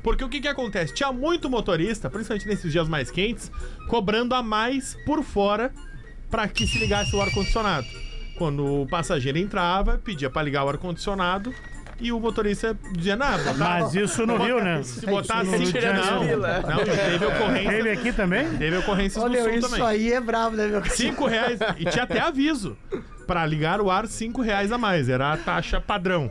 [SPEAKER 6] Porque o que, que acontece? Tinha muito motorista, principalmente nesses dias mais quentes, cobrando a mais por fora para que se ligasse o ar-condicionado. Quando o passageiro entrava, pedia para ligar o ar-condicionado e o motorista dizia: nada,
[SPEAKER 7] Tá.
[SPEAKER 5] Mas isso no Rio, né?
[SPEAKER 6] se botar
[SPEAKER 5] Isso no
[SPEAKER 6] assim,
[SPEAKER 5] Rio de
[SPEAKER 6] não,
[SPEAKER 5] Janeiro.
[SPEAKER 6] não, teve ocorrência,
[SPEAKER 5] Teve aqui também?
[SPEAKER 6] teve ocorrências
[SPEAKER 7] Ô,
[SPEAKER 6] no
[SPEAKER 7] meu,
[SPEAKER 6] sul
[SPEAKER 7] isso
[SPEAKER 6] também.
[SPEAKER 7] aí é brabo, né, meu?
[SPEAKER 6] 5 reais. E tinha até aviso. Pra ligar o ar, 5 reais a mais. Era a taxa padrão.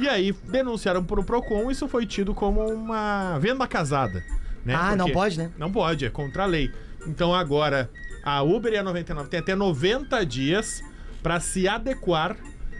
[SPEAKER 6] E aí denunciaram pro Procon, isso foi tido como uma venda casada. né?
[SPEAKER 7] Ah, não pode, né?
[SPEAKER 6] Não pode, é contra a lei. Então agora, a Uber e a 99 têm até 90 dias pra se adequar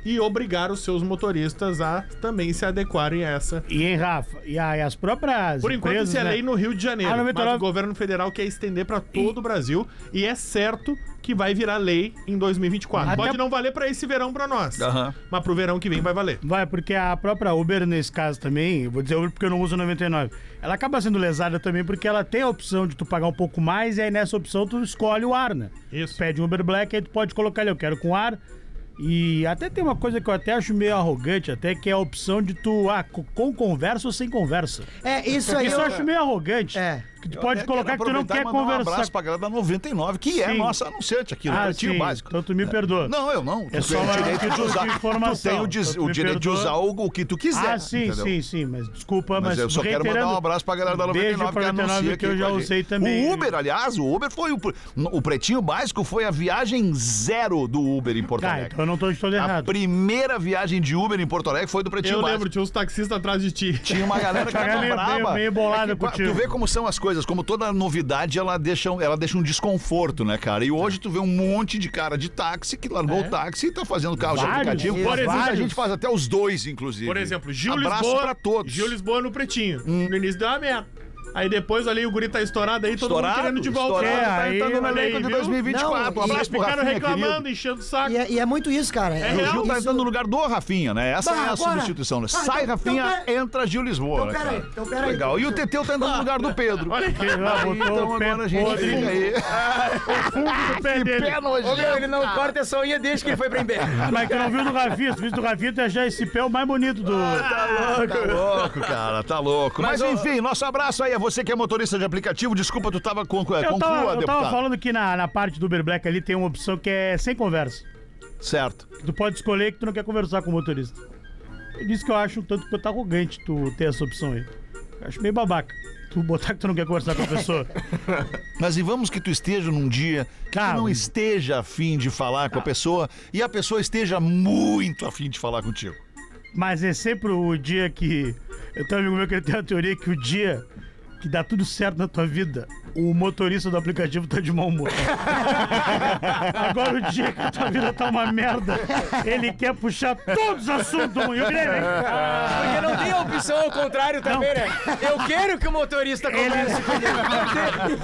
[SPEAKER 6] e obrigar os seus motoristas a também se adequarem a essa.
[SPEAKER 5] E, hein, Rafa? E aí, as próprias.
[SPEAKER 6] Por enquanto,
[SPEAKER 5] empresas,
[SPEAKER 6] isso é
[SPEAKER 5] né?
[SPEAKER 6] lei no Rio de Janeiro.
[SPEAKER 5] A 99
[SPEAKER 6] Mas o governo federal quer estender pra todo o Brasil. E é certo que vai virar lei em 2024.
[SPEAKER 5] Até-
[SPEAKER 6] Pode não valer pra esse verão pra nós.
[SPEAKER 4] Aham.
[SPEAKER 6] Mas pro verão que vem vai valer.
[SPEAKER 5] Vai, porque a própria Uber, nesse caso também, eu vou dizer Uber porque eu não uso 99, ela acaba sendo lesada também porque ela tem a opção de tu pagar um pouco mais e aí nessa opção tu escolhe o ar, né?
[SPEAKER 6] Isso.
[SPEAKER 5] Pede um Uber Black, aí tu pode colocar ali, eu quero com ar, E até tem uma coisa que eu até acho meio arrogante, até que é a opção de tu, ah, co- com conversa ou sem conversa.
[SPEAKER 7] É, isso aí.
[SPEAKER 5] Isso eu acho meio arrogante.
[SPEAKER 7] É.
[SPEAKER 5] Que tu
[SPEAKER 4] Eu
[SPEAKER 5] pode
[SPEAKER 4] até
[SPEAKER 5] colocar
[SPEAKER 4] quero
[SPEAKER 5] que tu não
[SPEAKER 4] aproveitar e
[SPEAKER 5] quer
[SPEAKER 4] mandar Um
[SPEAKER 5] conversar.
[SPEAKER 4] abraço pra galera da 99, que é
[SPEAKER 5] Sim.
[SPEAKER 4] nossa anunciante aqui no
[SPEAKER 5] Ah,
[SPEAKER 4] Pretinho
[SPEAKER 5] sim.
[SPEAKER 4] Básico. É.
[SPEAKER 5] Então tu me perdoa.
[SPEAKER 4] Não, eu não.
[SPEAKER 5] É só
[SPEAKER 4] tem o
[SPEAKER 5] uma
[SPEAKER 4] direito de
[SPEAKER 5] atitude de
[SPEAKER 4] usar. Tu
[SPEAKER 5] informação.
[SPEAKER 4] tem o, diz-
[SPEAKER 5] Então, tu
[SPEAKER 4] o
[SPEAKER 5] me
[SPEAKER 4] direito de
[SPEAKER 5] perdoa.
[SPEAKER 4] usar o, o que tu quiser.
[SPEAKER 5] Ah, sim,
[SPEAKER 4] entendeu?
[SPEAKER 5] sim, sim, mas desculpa,
[SPEAKER 4] Mas
[SPEAKER 5] mas,
[SPEAKER 4] eu só quero mandar
[SPEAKER 5] reiterando,
[SPEAKER 4] um abraço pra galera da 99
[SPEAKER 5] beijo pra
[SPEAKER 4] que anuncia
[SPEAKER 5] 99 que eu
[SPEAKER 4] aqui
[SPEAKER 5] já
[SPEAKER 4] com a
[SPEAKER 5] usei
[SPEAKER 4] gente.
[SPEAKER 5] também.
[SPEAKER 4] O Uber, aliás, o Uber foi o... O Pretinho Básico foi a viagem zero do Uber em Porto
[SPEAKER 5] Tá,
[SPEAKER 4] Alegre.
[SPEAKER 5] então eu não tô estou
[SPEAKER 4] A
[SPEAKER 5] errado.
[SPEAKER 4] primeira viagem de Uber em Porto Alegre foi do Pretinho
[SPEAKER 6] Eu
[SPEAKER 4] Básico.
[SPEAKER 6] lembro, tinha uns taxistas atrás de ti.
[SPEAKER 4] Tinha uma galera que
[SPEAKER 5] Tinha
[SPEAKER 4] era
[SPEAKER 5] meio-
[SPEAKER 4] braba. É
[SPEAKER 5] meio- meio bolada
[SPEAKER 4] que, pá,
[SPEAKER 5] contigo.
[SPEAKER 4] Tu vê como são as coisas, como toda novidade, ela deixa, um- ela deixa um desconforto, né, cara? E hoje tu vê um monte de cara de táxi que largou
[SPEAKER 6] É.
[SPEAKER 4] o táxi e tá fazendo carro de
[SPEAKER 5] Vários,
[SPEAKER 4] aplicativo.
[SPEAKER 5] por exemplo,
[SPEAKER 4] a gente faz até os dois, inclusive.
[SPEAKER 6] Por exemplo, Gil
[SPEAKER 4] Abraço
[SPEAKER 6] Lisboa.
[SPEAKER 4] pra todos. Hum.
[SPEAKER 6] Gil Lisboa no pretinho. No início deu uma merda. Aí depois ali o guri tá estourado aí, todo
[SPEAKER 4] Estourado,
[SPEAKER 6] mundo querendo de volta.
[SPEAKER 4] estourado,
[SPEAKER 5] É,
[SPEAKER 4] tá
[SPEAKER 5] aí,
[SPEAKER 4] entrando no
[SPEAKER 6] olha aí,
[SPEAKER 4] elenco de
[SPEAKER 6] viu?
[SPEAKER 4] 2024.
[SPEAKER 7] Não,
[SPEAKER 4] um
[SPEAKER 7] e
[SPEAKER 4] abraço pro
[SPEAKER 6] Ficaram
[SPEAKER 4] Rafinha,
[SPEAKER 6] reclamando,
[SPEAKER 4] querido.
[SPEAKER 6] enchendo o saco.
[SPEAKER 7] E é, e é muito isso, cara.
[SPEAKER 6] É
[SPEAKER 4] O
[SPEAKER 6] real.
[SPEAKER 7] o
[SPEAKER 4] Gil tá
[SPEAKER 7] isso-
[SPEAKER 4] entrando no lugar do Rafinha, né? Essa
[SPEAKER 7] Bah,
[SPEAKER 4] é a
[SPEAKER 7] agora.
[SPEAKER 4] substituição. né?
[SPEAKER 7] Ah,
[SPEAKER 4] Sai,
[SPEAKER 7] então-
[SPEAKER 4] Rafinha,
[SPEAKER 7] então pera-
[SPEAKER 4] entra Gil Lisboa.
[SPEAKER 7] Então
[SPEAKER 4] né,
[SPEAKER 7] pera aí,
[SPEAKER 4] cara?
[SPEAKER 7] então pera aí.
[SPEAKER 4] Legal. E o Teteu tá entrando no lugar do Pedro.
[SPEAKER 6] Olha aqui.
[SPEAKER 5] Ah, botou
[SPEAKER 4] Então
[SPEAKER 5] o pé
[SPEAKER 4] agora a gente
[SPEAKER 5] podre
[SPEAKER 4] fica aí.
[SPEAKER 5] no pé dele.
[SPEAKER 4] Pé
[SPEAKER 8] Ô, meu,
[SPEAKER 4] nojento.
[SPEAKER 8] ele não corta essa unha desde que ele foi pra Emberg.
[SPEAKER 5] Mas que eu não vi o do Rafinha, se visse do Rafinha, tu ia achar esse pé o mais bonito do... Ah,
[SPEAKER 4] Tá louco, cara, tá louco. Mas, enfim, nosso abraço aí a você que é motorista de aplicativo. Desculpa, tu tava com, eh, conclua,
[SPEAKER 5] Eu tava, eu
[SPEAKER 4] deputado.
[SPEAKER 5] tava falando que na, na parte do Uber Black ali tem uma opção que é sem conversa.
[SPEAKER 4] Certo.
[SPEAKER 5] Tu pode escolher que tu não quer conversar com o motorista. Ele disse que eu acho um tanto quanto arrogante tu ter essa opção aí. Eu acho meio babaca. Tu botar que tu não quer conversar com a pessoa.
[SPEAKER 4] Mas e vamos que tu esteja num dia que
[SPEAKER 5] Cara,
[SPEAKER 4] tu não esteja afim de falar com a pessoa e a pessoa esteja muito afim de falar contigo.
[SPEAKER 5] Mas é sempre o dia que. Eu tenho um amigo meu que ele tem uma teoria que o dia que dá tudo certo na tua vida, o motorista do aplicativo tá de mau humor. Agora o dia que a tua vida tá uma merda, ele quer puxar todos os assuntos. E o Grêmio, hein?
[SPEAKER 8] Porque não tem a opção ao contrário também, né? Eu quero que o motorista
[SPEAKER 5] é
[SPEAKER 8] converse
[SPEAKER 5] assim,
[SPEAKER 8] comigo.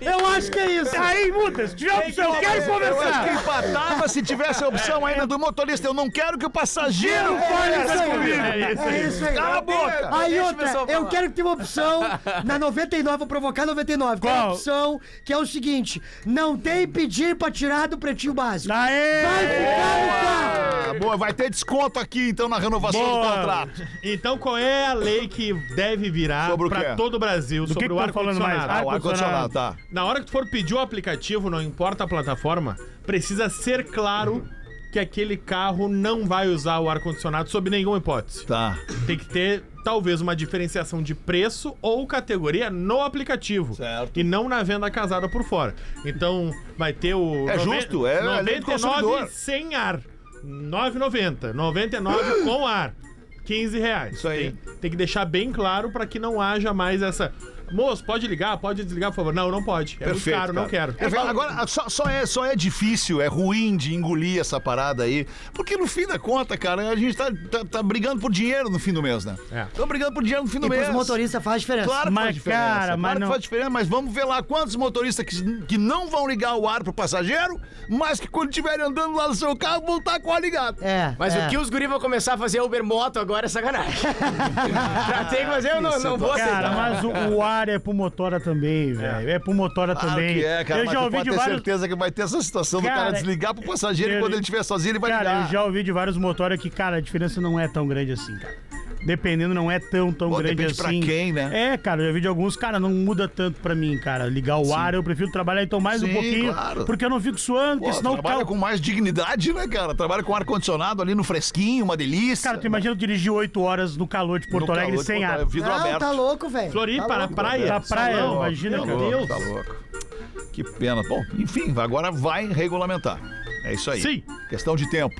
[SPEAKER 7] Eu acho que é isso.
[SPEAKER 5] "Tá Aí muda, se tiver opção, eu quero conversar.
[SPEAKER 4] Empatava se tivesse a opção ainda do motorista. Eu não quero que o passageiro
[SPEAKER 5] fale
[SPEAKER 7] é, isso aí.
[SPEAKER 5] comigo.
[SPEAKER 7] É isso aí.
[SPEAKER 4] Cala a boca!
[SPEAKER 7] Aí
[SPEAKER 8] Deixa o
[SPEAKER 7] outra,
[SPEAKER 8] pessoal
[SPEAKER 7] eu
[SPEAKER 8] falar.
[SPEAKER 7] quero que tenha uma opção na 99, vou provocar 99. Tem
[SPEAKER 5] Qual?
[SPEAKER 7] uma opção que é o seguinte: não tem pedir pra tirar do pretinho básico.
[SPEAKER 5] Aê!
[SPEAKER 7] Vai ficar no carro.
[SPEAKER 4] Ah, boa, vai ter desconto aqui então na renovação do
[SPEAKER 5] Boa.
[SPEAKER 4] contrato.
[SPEAKER 6] Então qual é a lei que deve virar
[SPEAKER 4] Sobre o quê?
[SPEAKER 6] pra todo o Brasil
[SPEAKER 5] que
[SPEAKER 6] sobre
[SPEAKER 5] que
[SPEAKER 6] o
[SPEAKER 5] tá
[SPEAKER 6] ar
[SPEAKER 5] falando mais?
[SPEAKER 6] condicionado?
[SPEAKER 4] Ah, o
[SPEAKER 5] Ar-condicionado.
[SPEAKER 4] ar-condicionado, tá.
[SPEAKER 6] Na hora que tu for pedir o aplicativo, não importa a plataforma, precisa ser claro que aquele carro não vai usar o ar-condicionado sob nenhuma hipótese.
[SPEAKER 4] Tá.
[SPEAKER 6] Tem que ter, talvez, uma diferenciação de preço ou categoria no aplicativo.
[SPEAKER 4] Certo.
[SPEAKER 6] E não na venda casada por fora. Então, vai ter o...
[SPEAKER 4] É
[SPEAKER 6] noven-
[SPEAKER 4] justo, é a lei do
[SPEAKER 6] 99
[SPEAKER 4] consumidor.
[SPEAKER 6] sem ar. 9,90. 99 com ar. 15 reais.
[SPEAKER 4] Isso aí.
[SPEAKER 6] Tem, tem que deixar bem claro pra que não haja mais essa... Moço, pode ligar? Pode desligar, por favor. Não, não pode. É muito caro, não
[SPEAKER 4] cara.
[SPEAKER 6] quero.
[SPEAKER 4] Perfeito. Agora, só, só é, só é difícil, é ruim de engolir essa parada aí. Porque no fim da conta, cara, a gente tá, tá, tá brigando por dinheiro no fim do mês, né?
[SPEAKER 6] É.
[SPEAKER 4] Estamos brigando por dinheiro no fim do
[SPEAKER 7] E
[SPEAKER 4] mês.
[SPEAKER 7] pros motoristas faz diferença.
[SPEAKER 4] Claro que
[SPEAKER 5] Mas,
[SPEAKER 4] faz diferença.
[SPEAKER 5] cara,
[SPEAKER 4] claro
[SPEAKER 5] mas
[SPEAKER 4] que
[SPEAKER 5] não-
[SPEAKER 4] faz diferença, mas vamos ver lá quantos motoristas que, que não vão ligar o ar pro passageiro, mas que quando estiverem andando lá no seu carro vão estar com o ar ligado.
[SPEAKER 7] É.
[SPEAKER 8] Mas
[SPEAKER 7] é.
[SPEAKER 8] o que os guri vão começar a fazer Uber Moto agora é sacanagem. Já tem que fazer, eu não, não vou aceitar.
[SPEAKER 7] tá-
[SPEAKER 5] Cara, mas o, o ar é pro motora também, velho. É pro motora
[SPEAKER 4] Claro
[SPEAKER 5] também.
[SPEAKER 4] que é, cara.
[SPEAKER 5] eu
[SPEAKER 4] mas
[SPEAKER 5] já
[SPEAKER 4] tu
[SPEAKER 5] ouvi
[SPEAKER 4] pode
[SPEAKER 5] de
[SPEAKER 4] ter
[SPEAKER 5] vários.
[SPEAKER 4] certeza que vai ter essa situação do cara
[SPEAKER 5] Cara,
[SPEAKER 4] desligar pro passageiro e
[SPEAKER 5] eu-
[SPEAKER 4] quando ele estiver sozinho ele vai
[SPEAKER 5] Cara, eu
[SPEAKER 4] ligar.
[SPEAKER 5] já ouvi de vários motora que, cara, a diferença não é tão grande assim, cara. Dependendo, não é tão, tão
[SPEAKER 4] Bom,
[SPEAKER 5] grande
[SPEAKER 4] depende
[SPEAKER 5] assim.
[SPEAKER 4] pra quem, né?
[SPEAKER 5] É, cara, eu já vi de alguns, cara, não muda tanto pra mim, cara. Ligar o ar, eu prefiro trabalhar então mais
[SPEAKER 4] Sim,
[SPEAKER 5] um pouquinho,
[SPEAKER 4] claro.
[SPEAKER 5] porque eu não fico suando,
[SPEAKER 4] Pô,
[SPEAKER 5] porque senão o
[SPEAKER 4] trabalha
[SPEAKER 5] carro.
[SPEAKER 4] com mais dignidade, né, cara? Trabalha com ar-condicionado ali no fresquinho, uma delícia.
[SPEAKER 5] Cara, tu imagina eu dirigir 8 horas no calor de Porto
[SPEAKER 4] né? No
[SPEAKER 5] Alegre
[SPEAKER 4] calor de
[SPEAKER 5] sem
[SPEAKER 4] Porto
[SPEAKER 5] ar.
[SPEAKER 4] Alegre, Vidro
[SPEAKER 7] Não,
[SPEAKER 4] é aberto. É,
[SPEAKER 7] tá louco, velho.
[SPEAKER 6] Floripa,
[SPEAKER 7] tá
[SPEAKER 6] na
[SPEAKER 7] louco.
[SPEAKER 6] praia.
[SPEAKER 5] Na praia,
[SPEAKER 6] Salão.
[SPEAKER 5] imagina,
[SPEAKER 6] Meu
[SPEAKER 5] cara.
[SPEAKER 6] Deus.
[SPEAKER 4] Tá louco. Que pena. Bom, enfim, agora vai regulamentar. É isso aí.
[SPEAKER 6] Sim.
[SPEAKER 4] Questão de tempo.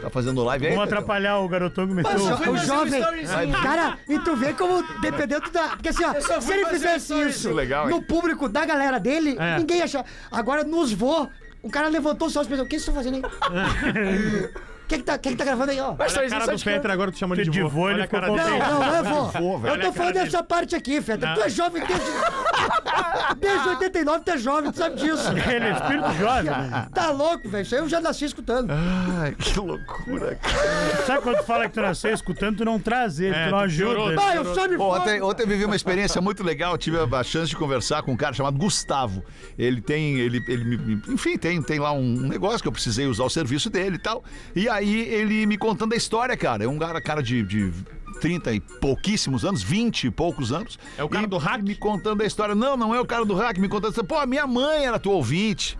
[SPEAKER 4] Tá fazendo live aí?
[SPEAKER 5] Vamos
[SPEAKER 4] Teteu?
[SPEAKER 5] atrapalhar o garotão que meteu.
[SPEAKER 7] O, jo-
[SPEAKER 8] fui
[SPEAKER 7] o
[SPEAKER 8] fazer um
[SPEAKER 7] jovem.
[SPEAKER 8] storyzinho.
[SPEAKER 7] Cara, e tu vê como dependendo da. Porque assim,
[SPEAKER 8] Eu só
[SPEAKER 7] ó,
[SPEAKER 8] fui
[SPEAKER 7] se ele
[SPEAKER 8] fazer um
[SPEAKER 7] fizesse isso
[SPEAKER 8] storyzinho.
[SPEAKER 4] Legal, hein?
[SPEAKER 7] no público da galera dele,
[SPEAKER 6] É.
[SPEAKER 7] ninguém ia achar. Agora nos vô, o cara levantou só os pensou: o que vocês estão fazendo aí? Quem que, tá, quem que tá gravando aí, ó?
[SPEAKER 6] Olha
[SPEAKER 8] Mas
[SPEAKER 6] a
[SPEAKER 8] Torzinho,
[SPEAKER 6] cara
[SPEAKER 8] só
[SPEAKER 6] do
[SPEAKER 8] te pergunto,
[SPEAKER 6] Petra agora tu chamando de
[SPEAKER 5] De
[SPEAKER 6] vô.
[SPEAKER 5] vô, ele
[SPEAKER 6] Olha a cara
[SPEAKER 5] ficou
[SPEAKER 6] dele.
[SPEAKER 7] Não, não, não é vô.
[SPEAKER 4] Vô, velho.
[SPEAKER 7] Eu tô falando dessa parte aqui, Feta. Tu é jovem desde. Desde 89 tu é jovem, tu sabe disso.
[SPEAKER 5] Ele é espírito jovem. né?
[SPEAKER 7] Tá louco, velho. Isso aí eu já nasci escutando.
[SPEAKER 4] É. Ai, que loucura, cara.
[SPEAKER 5] Sabe quando tu fala que tu nasceu escutando, tu não traz ele,
[SPEAKER 6] É,
[SPEAKER 5] tu não
[SPEAKER 6] tu
[SPEAKER 5] ajuda.
[SPEAKER 6] piorou,
[SPEAKER 5] ele.
[SPEAKER 6] né?
[SPEAKER 7] Ah, eu só me
[SPEAKER 4] Bom, ontem,
[SPEAKER 7] fodo.
[SPEAKER 4] ontem eu vivi uma experiência muito legal. Eu Tive a a chance de conversar com um cara chamado Gustavo. Ele tem, ele, ele me- enfim, tem, tem lá um negócio que eu precisei usar o serviço dele e tal. E aí ele me contando a história, cara. É um cara, cara de, de 30 e pouquíssimos anos, 20 e poucos anos.
[SPEAKER 6] É o cara
[SPEAKER 4] E
[SPEAKER 6] do hack?
[SPEAKER 4] Me contando a história. Não, não é o cara do hack. Me contando, pô, a minha mãe era tua ouvinte.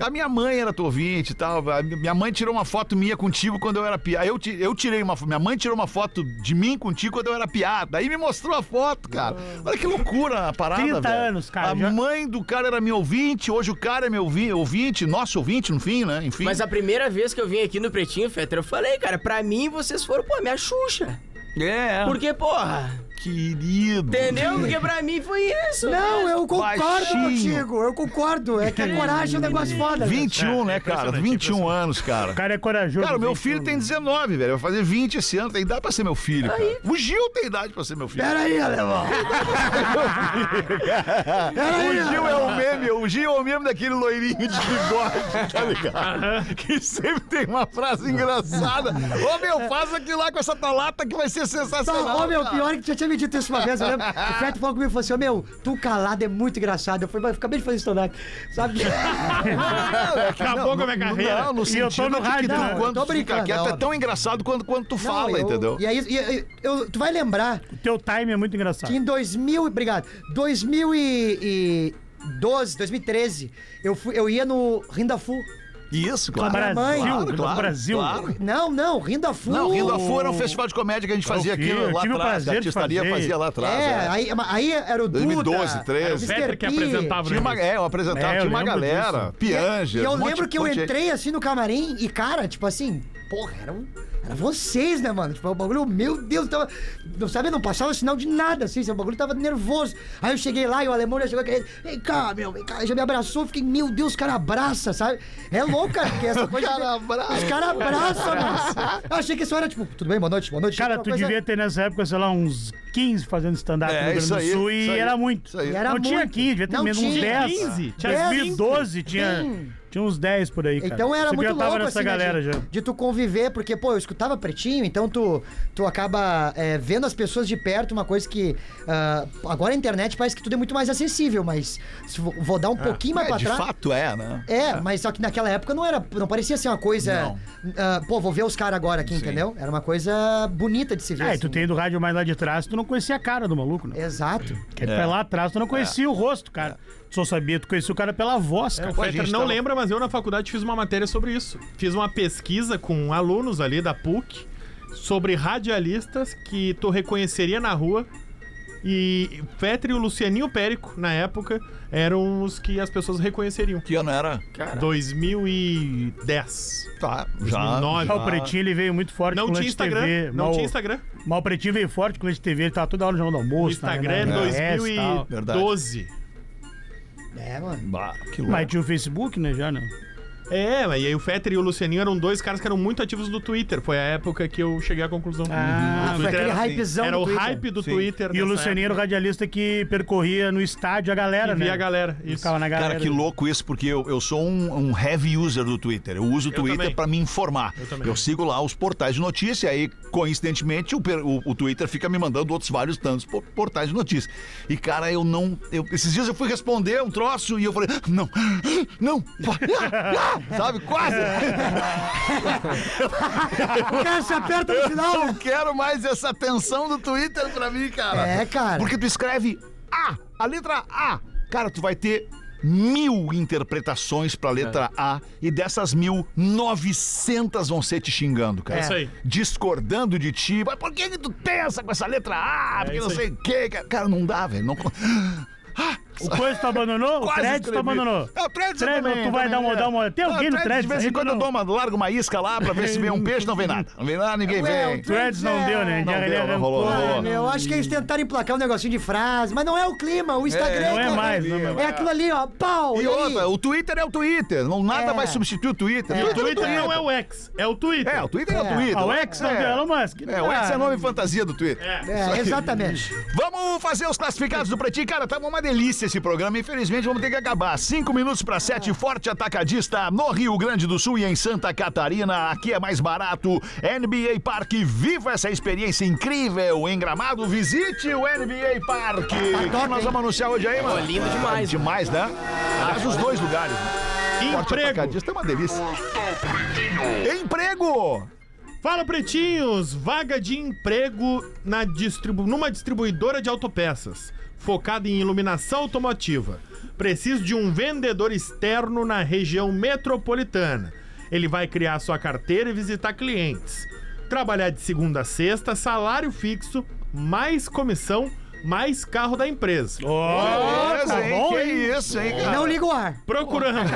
[SPEAKER 4] A minha mãe era tua ouvinte e tal. A mi- minha mãe tirou uma foto minha contigo quando eu era piá. Eu, ti- eu tirei uma fo- Minha mãe tirou uma foto de mim contigo quando eu era piada. Aí me mostrou a foto, cara. Olha que loucura a parada.
[SPEAKER 5] 30
[SPEAKER 4] velho.
[SPEAKER 5] anos, cara,
[SPEAKER 4] A
[SPEAKER 5] já-
[SPEAKER 4] mãe do cara era minha ouvinte, hoje o cara é meu ouvi- ouvinte, nosso ouvinte, no fim, né? Enfim.
[SPEAKER 8] Mas a primeira vez que eu vim aqui no Pretinho, Fetter, eu falei, cara, pra mim vocês foram, pô, minha Xuxa.
[SPEAKER 4] É,
[SPEAKER 8] Porque, porra,
[SPEAKER 4] querido.
[SPEAKER 8] entendeu? Porque pra mim foi isso.
[SPEAKER 7] Não, eu concordo
[SPEAKER 4] Baixinho.
[SPEAKER 7] contigo. Eu concordo. É que a coragem é um negócio foda. velho.
[SPEAKER 4] 21,
[SPEAKER 6] É,
[SPEAKER 4] né,
[SPEAKER 6] é
[SPEAKER 4] cara?
[SPEAKER 6] impressionante,
[SPEAKER 4] 21 anos,
[SPEAKER 5] O
[SPEAKER 4] cara.
[SPEAKER 5] cara é corajoso.
[SPEAKER 4] Cara, o meu
[SPEAKER 5] gente,
[SPEAKER 4] filho
[SPEAKER 5] eu-
[SPEAKER 4] tem 19, velho. Vai fazer 20 esse ano. Tem idade pra ser meu filho, cara. O Gil tem idade pra ser meu filho.
[SPEAKER 7] Pera aí, alemão. Pera aí,
[SPEAKER 4] O Gil é o meme, o Gil é o meme daquele loirinho de bigode, tá ligado? Que sempre tem uma frase engraçada. Ô meu, faz aquilo lá com essa talata que vai ser
[SPEAKER 7] Tá,
[SPEAKER 4] sensacional.
[SPEAKER 7] ô, meu,
[SPEAKER 4] cara.
[SPEAKER 7] pior é que já tinha me dito isso uma vez, eu lembro. O Fred falou comigo e falou assim, ô, meu, tu calado é muito engraçado. Eu falei, mas eu acabei de fazer stand-up, sabe?
[SPEAKER 6] Acabou com a minha carreira.
[SPEAKER 4] Não, no
[SPEAKER 5] E eu tô
[SPEAKER 4] sentido
[SPEAKER 5] no
[SPEAKER 4] de que
[SPEAKER 5] rádio,
[SPEAKER 4] tu,
[SPEAKER 5] né?
[SPEAKER 7] Tô
[SPEAKER 4] quando tu fica
[SPEAKER 7] brincando,
[SPEAKER 4] quieto,
[SPEAKER 7] é
[SPEAKER 4] é tão engraçado quanto, quanto tu fala,
[SPEAKER 7] Não, eu-
[SPEAKER 4] entendeu?
[SPEAKER 7] E aí, e- e- eu- tu vai lembrar
[SPEAKER 5] O teu time é muito engraçado.
[SPEAKER 7] que em 2000, e- obrigado, 2012, 2013, eu, fui, eu ia no Rindafu.
[SPEAKER 4] Isso,
[SPEAKER 5] No
[SPEAKER 4] claro.
[SPEAKER 5] Brasil,
[SPEAKER 7] mãe.
[SPEAKER 4] Claro,
[SPEAKER 5] no
[SPEAKER 4] claro,
[SPEAKER 5] Brasil.
[SPEAKER 4] claro.
[SPEAKER 7] Não, não, Rindafu.
[SPEAKER 4] Não, Rindo a Fora era um festival de comédia que a gente fazia
[SPEAKER 5] Eu
[SPEAKER 4] aqui lá
[SPEAKER 5] tive É o
[SPEAKER 4] atrás.
[SPEAKER 5] prazer
[SPEAKER 4] A
[SPEAKER 5] de
[SPEAKER 4] artistaria
[SPEAKER 5] fazer.
[SPEAKER 4] fazia lá atrás.
[SPEAKER 7] É, aí, aí era o
[SPEAKER 4] 2012,
[SPEAKER 7] Duda,
[SPEAKER 4] 13.
[SPEAKER 7] era o Mr.
[SPEAKER 6] Fetter que
[SPEAKER 7] P.
[SPEAKER 6] apresentava
[SPEAKER 4] Tinha uma, é, eu apresentava,
[SPEAKER 5] É, eu
[SPEAKER 4] tinha uma
[SPEAKER 5] lembro
[SPEAKER 4] galera,
[SPEAKER 5] disso.
[SPEAKER 4] Pianja.
[SPEAKER 7] E eu
[SPEAKER 4] um monte-
[SPEAKER 7] lembro que eu
[SPEAKER 4] monte de-
[SPEAKER 7] entrei assim no camarim e, cara, tipo assim, porra, eram, eram vocês, né, mano? Tipo, o bagulho, meu Deus, tava. Não sabe, não passava sinal de nada, assim, o bagulho tava nervoso. Aí eu cheguei lá e o alemão já chegou com ele, vem cá, meu, vem cá, Ele já me abraçou, fiquei, meu Deus, o cara abraça, sabe? É louco, cara, porque essa coisa.
[SPEAKER 4] cara abraça.
[SPEAKER 7] Os caras abraçam, mano. Eu achei que isso era, tipo, tudo bem, boa noite, boa noite.
[SPEAKER 5] Cara,
[SPEAKER 7] Uma
[SPEAKER 5] tu
[SPEAKER 7] coisa-
[SPEAKER 5] devia ter nessa época, sei lá, uns 15 fazendo stand-up no
[SPEAKER 4] É,
[SPEAKER 5] Rio Grande
[SPEAKER 4] isso
[SPEAKER 5] do
[SPEAKER 4] aí,
[SPEAKER 5] Sul
[SPEAKER 4] isso
[SPEAKER 5] e
[SPEAKER 4] aí,
[SPEAKER 5] era muito.
[SPEAKER 4] isso aí.
[SPEAKER 7] Era
[SPEAKER 5] não tinha
[SPEAKER 7] muito.
[SPEAKER 5] 15, devia ter
[SPEAKER 7] Não
[SPEAKER 5] menos uns
[SPEAKER 7] tinha.
[SPEAKER 5] 10.
[SPEAKER 6] 15?
[SPEAKER 5] Tinha
[SPEAKER 7] Dez.
[SPEAKER 5] 2012, tinha, tinha uns 10 por aí, cara.
[SPEAKER 7] Então era
[SPEAKER 5] Você
[SPEAKER 7] muito
[SPEAKER 5] já tava
[SPEAKER 7] louco
[SPEAKER 5] nessa
[SPEAKER 7] assim, né,
[SPEAKER 5] galera
[SPEAKER 7] de,
[SPEAKER 5] já.
[SPEAKER 7] de tu conviver, porque, pô, eu escutava Pretinho, então tu, tu acaba é, vendo as pessoas de perto, uma coisa que ah, agora a internet parece que tudo é muito mais acessível, mas se vo- vou dar um pouquinho mais
[SPEAKER 4] É,
[SPEAKER 7] pra
[SPEAKER 4] de
[SPEAKER 7] trás...
[SPEAKER 4] fato é, né?
[SPEAKER 7] É, mas só que naquela época não era, não parecia ser uma coisa, ah, pô, vou ver os caras agora aqui, entendeu? Era uma coisa bonita de se ver.
[SPEAKER 5] Ah, e
[SPEAKER 7] assim.
[SPEAKER 5] tu tem do rádio mais lá de trás, tu não conhecia a cara do maluco,
[SPEAKER 7] É.
[SPEAKER 5] né?
[SPEAKER 7] Exato.
[SPEAKER 5] Porque tu vai lá atrás, tu não conhecia o rosto, cara. Tu só sabia, tu conhecia o cara pela voz, cara.
[SPEAKER 6] O
[SPEAKER 4] Pô, a
[SPEAKER 6] Fetter
[SPEAKER 4] gente
[SPEAKER 6] não
[SPEAKER 4] tava-
[SPEAKER 6] lembra, mas eu na faculdade fiz uma matéria sobre isso. Fiz uma pesquisa com alunos ali da PUC sobre radialistas que tu reconheceria na rua. E Fetter e o Lucianinho Périco, na época, eram os que as pessoas reconheceriam.
[SPEAKER 4] Que ano era?
[SPEAKER 8] Cara,
[SPEAKER 6] 2010.
[SPEAKER 4] Tá, já.
[SPEAKER 6] 2009.
[SPEAKER 5] Ah, o Pretinho, ele veio muito forte
[SPEAKER 6] Não
[SPEAKER 5] com o
[SPEAKER 6] tinha
[SPEAKER 5] Lance
[SPEAKER 6] Instagram.
[SPEAKER 5] TV.
[SPEAKER 6] Não
[SPEAKER 5] mal,
[SPEAKER 6] tinha Instagram.
[SPEAKER 5] mal o Pretinho veio forte com o Lance TV, ele tava toda hora no Jornal do
[SPEAKER 6] O
[SPEAKER 5] Almoço.
[SPEAKER 6] Instagram é
[SPEAKER 5] na- na- na RS e tal.
[SPEAKER 4] Verdade.
[SPEAKER 6] 2012.
[SPEAKER 7] É, mano.
[SPEAKER 4] Bah, que louco.
[SPEAKER 5] Mas tinha o Facebook, né, já, né?
[SPEAKER 6] É, mas e aí o Fetter e o Lucianinho eram dois caras que eram muito ativos no Twitter. Foi a época que eu cheguei à conclusão.
[SPEAKER 5] Ah,
[SPEAKER 6] O
[SPEAKER 7] foi
[SPEAKER 6] Twitter
[SPEAKER 7] aquele
[SPEAKER 6] era- assim.
[SPEAKER 7] hypezão
[SPEAKER 6] Era
[SPEAKER 7] do
[SPEAKER 6] o
[SPEAKER 7] Twitter.
[SPEAKER 6] hype do Twitter.
[SPEAKER 5] E o
[SPEAKER 6] nessa
[SPEAKER 5] Lucianinho era o radialista que percorria no estádio a galera, né?
[SPEAKER 6] época. E via a galera. Isso.
[SPEAKER 5] Ficava na galera.
[SPEAKER 4] Cara, que louco isso, porque eu, eu sou um, um heavy user do Twitter. Eu uso o Twitter
[SPEAKER 6] também.
[SPEAKER 4] pra me informar.
[SPEAKER 6] Eu
[SPEAKER 4] Eu,
[SPEAKER 6] também.
[SPEAKER 4] sigo lá os portais de notícia, aí, coincidentemente, o, per- o- o Twitter fica me mandando outros vários tantos por- portais de notícia. E, cara, eu não. eu- esses dias eu fui responder um troço e eu falei, não, não, ah, ah", sabe? Quase!
[SPEAKER 7] O cara se aperta no final,
[SPEAKER 4] Eu não
[SPEAKER 7] né?
[SPEAKER 4] quero mais essa atenção do Twitter pra mim, cara.
[SPEAKER 7] É, cara.
[SPEAKER 4] Porque tu escreve A, a letra A. Cara, tu vai ter mil interpretações pra
[SPEAKER 5] É.
[SPEAKER 4] letra A e dessas mil, 900 vão ser te xingando, cara.
[SPEAKER 7] É isso
[SPEAKER 6] aí.
[SPEAKER 4] Discordando de ti. Mas por que, que tu pensa com essa letra A?
[SPEAKER 5] É,
[SPEAKER 4] Porque não
[SPEAKER 6] isso
[SPEAKER 4] sei o quê. cara. Cara, não dá, velho. Não... Ah,
[SPEAKER 5] O Coisa tu abandonou? o
[SPEAKER 4] quase
[SPEAKER 5] Threads tu
[SPEAKER 4] escrevi.
[SPEAKER 5] abandonou?
[SPEAKER 4] É, o Threads eu
[SPEAKER 5] Threads,
[SPEAKER 4] também,
[SPEAKER 5] tu vai
[SPEAKER 4] também,
[SPEAKER 5] dar uma-
[SPEAKER 4] é.
[SPEAKER 5] dar uma- tem
[SPEAKER 4] Ah,
[SPEAKER 5] alguém no Threads
[SPEAKER 4] De vez em
[SPEAKER 5] ainda
[SPEAKER 4] quando eu
[SPEAKER 5] não?
[SPEAKER 4] dou uma, largo uma isca lá pra ver se vem um peixe, não vem nada. Não vem nada, ninguém
[SPEAKER 7] Ué,
[SPEAKER 4] vem.
[SPEAKER 7] o
[SPEAKER 5] Threads não deu, né?
[SPEAKER 4] Não
[SPEAKER 5] Ele
[SPEAKER 4] deu, não
[SPEAKER 5] arrancou.
[SPEAKER 4] rolou, não rolou.
[SPEAKER 7] Ah, meu, eu acho que eles tentaram emplacar um negocinho de frase, mas não é o clima, o Instagram
[SPEAKER 5] Não é
[SPEAKER 7] aquilo-
[SPEAKER 5] mais, não é mais.
[SPEAKER 7] É aquilo ali, ó, pau!
[SPEAKER 4] E
[SPEAKER 7] aí?
[SPEAKER 4] outra, o Twitter é o Twitter. Não, nada
[SPEAKER 7] É.
[SPEAKER 4] vai substituir o Twitter.
[SPEAKER 6] O Twitter não é o X, é o Twitter.
[SPEAKER 4] É, o Twitter é, o Twitter.
[SPEAKER 5] Ah, o X não deu, Elon Musk.
[SPEAKER 4] É, o X é
[SPEAKER 5] Ah,
[SPEAKER 4] nome fantasia do Twitter.
[SPEAKER 7] É, exatamente.
[SPEAKER 4] Vamos fazer os classificados do Pretinho. Cara, tava uma delícia audiência. Esse programa, infelizmente, vamos ter que acabar. Cinco minutos para sete, forte atacadista no Rio Grande do Sul e em Santa Catarina. Aqui é mais barato. NBA Parque, viva essa experiência incrível em Gramado. Visite o NBA Parque. O que nós vamos anunciar hoje aí, mano?
[SPEAKER 8] Pô, lindo demais.
[SPEAKER 4] Demais, né? Aliás, os dois lugares. Forte
[SPEAKER 6] Emprego.
[SPEAKER 4] atacadista é uma delícia. Emprego!
[SPEAKER 6] Fala, pretinhos! Vaga de emprego na distribu numa distribuidora de autopeças, focada em iluminação automotiva. Preciso de um vendedor externo na região metropolitana. Ele vai criar sua carteira e visitar clientes. Trabalhar de segunda a sexta, salário fixo, mais comissão, mais carro da empresa.
[SPEAKER 4] Beleza,
[SPEAKER 5] tá
[SPEAKER 4] hein?
[SPEAKER 5] bom,
[SPEAKER 4] que
[SPEAKER 5] hein?
[SPEAKER 4] isso, hein, cara?
[SPEAKER 7] Não liga o ar.
[SPEAKER 6] Procurando.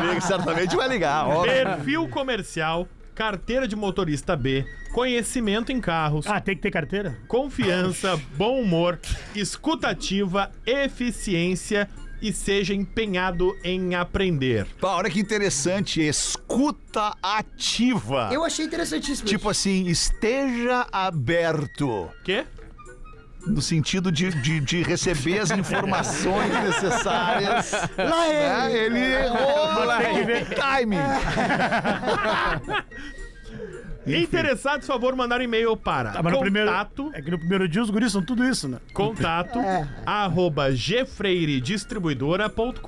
[SPEAKER 4] Não liga, certamente vai ligar. ó.
[SPEAKER 6] Perfil comercial, carteira de motorista B, conhecimento em carros,
[SPEAKER 5] Ah, tem que ter carteira?
[SPEAKER 6] confiança, bom humor, escutativa, eficiência e seja empenhado em aprender.
[SPEAKER 4] Pá, olha que interessante, escuta ativa.
[SPEAKER 7] Eu achei interessantíssimo.
[SPEAKER 4] Tá. Tipo assim, esteja aberto,
[SPEAKER 6] Quê?
[SPEAKER 4] no sentido de, de, de receber as informações necessárias.
[SPEAKER 7] isso. lá
[SPEAKER 4] Ah,
[SPEAKER 7] ele.
[SPEAKER 4] ele errou o timing.
[SPEAKER 6] Interessados, por favor, mandar um e-mail para
[SPEAKER 5] Ah, mas no primeiro,
[SPEAKER 6] contato,
[SPEAKER 5] é que no primeiro dia os guris são tudo isso, né?
[SPEAKER 6] contato
[SPEAKER 7] É.
[SPEAKER 6] arroba gfreiredistribuidora.com.br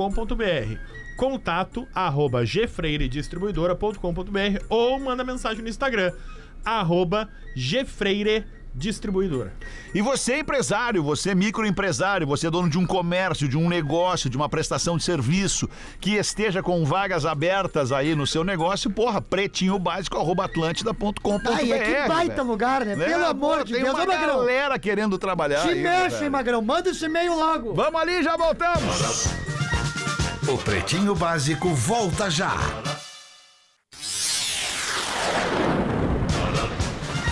[SPEAKER 6] contato arroba gfreiredistribuidora.com.br ou manda mensagem no Instagram arroba gfreiredistribuidora.
[SPEAKER 4] E você, empresário, você microempresário, você dono de um comércio, de um negócio, de uma prestação de serviço, que esteja com vagas abertas aí no seu negócio, porra, pretinho básico, arroba atlântida.com.br.
[SPEAKER 7] Ai, é que baita
[SPEAKER 4] velho.
[SPEAKER 7] lugar, né?
[SPEAKER 4] Né?
[SPEAKER 7] Pelo amor
[SPEAKER 4] Pô,
[SPEAKER 7] de
[SPEAKER 4] tem
[SPEAKER 7] Deus.
[SPEAKER 4] uma
[SPEAKER 7] Ô, Magrão.
[SPEAKER 4] galera querendo trabalhar.
[SPEAKER 7] Te
[SPEAKER 4] aí, né,
[SPEAKER 7] mexe,
[SPEAKER 4] velho.
[SPEAKER 7] Magrão. Manda esse e-mail logo.
[SPEAKER 4] Vamos ali, já voltamos.
[SPEAKER 2] O Pretinho Básico volta já.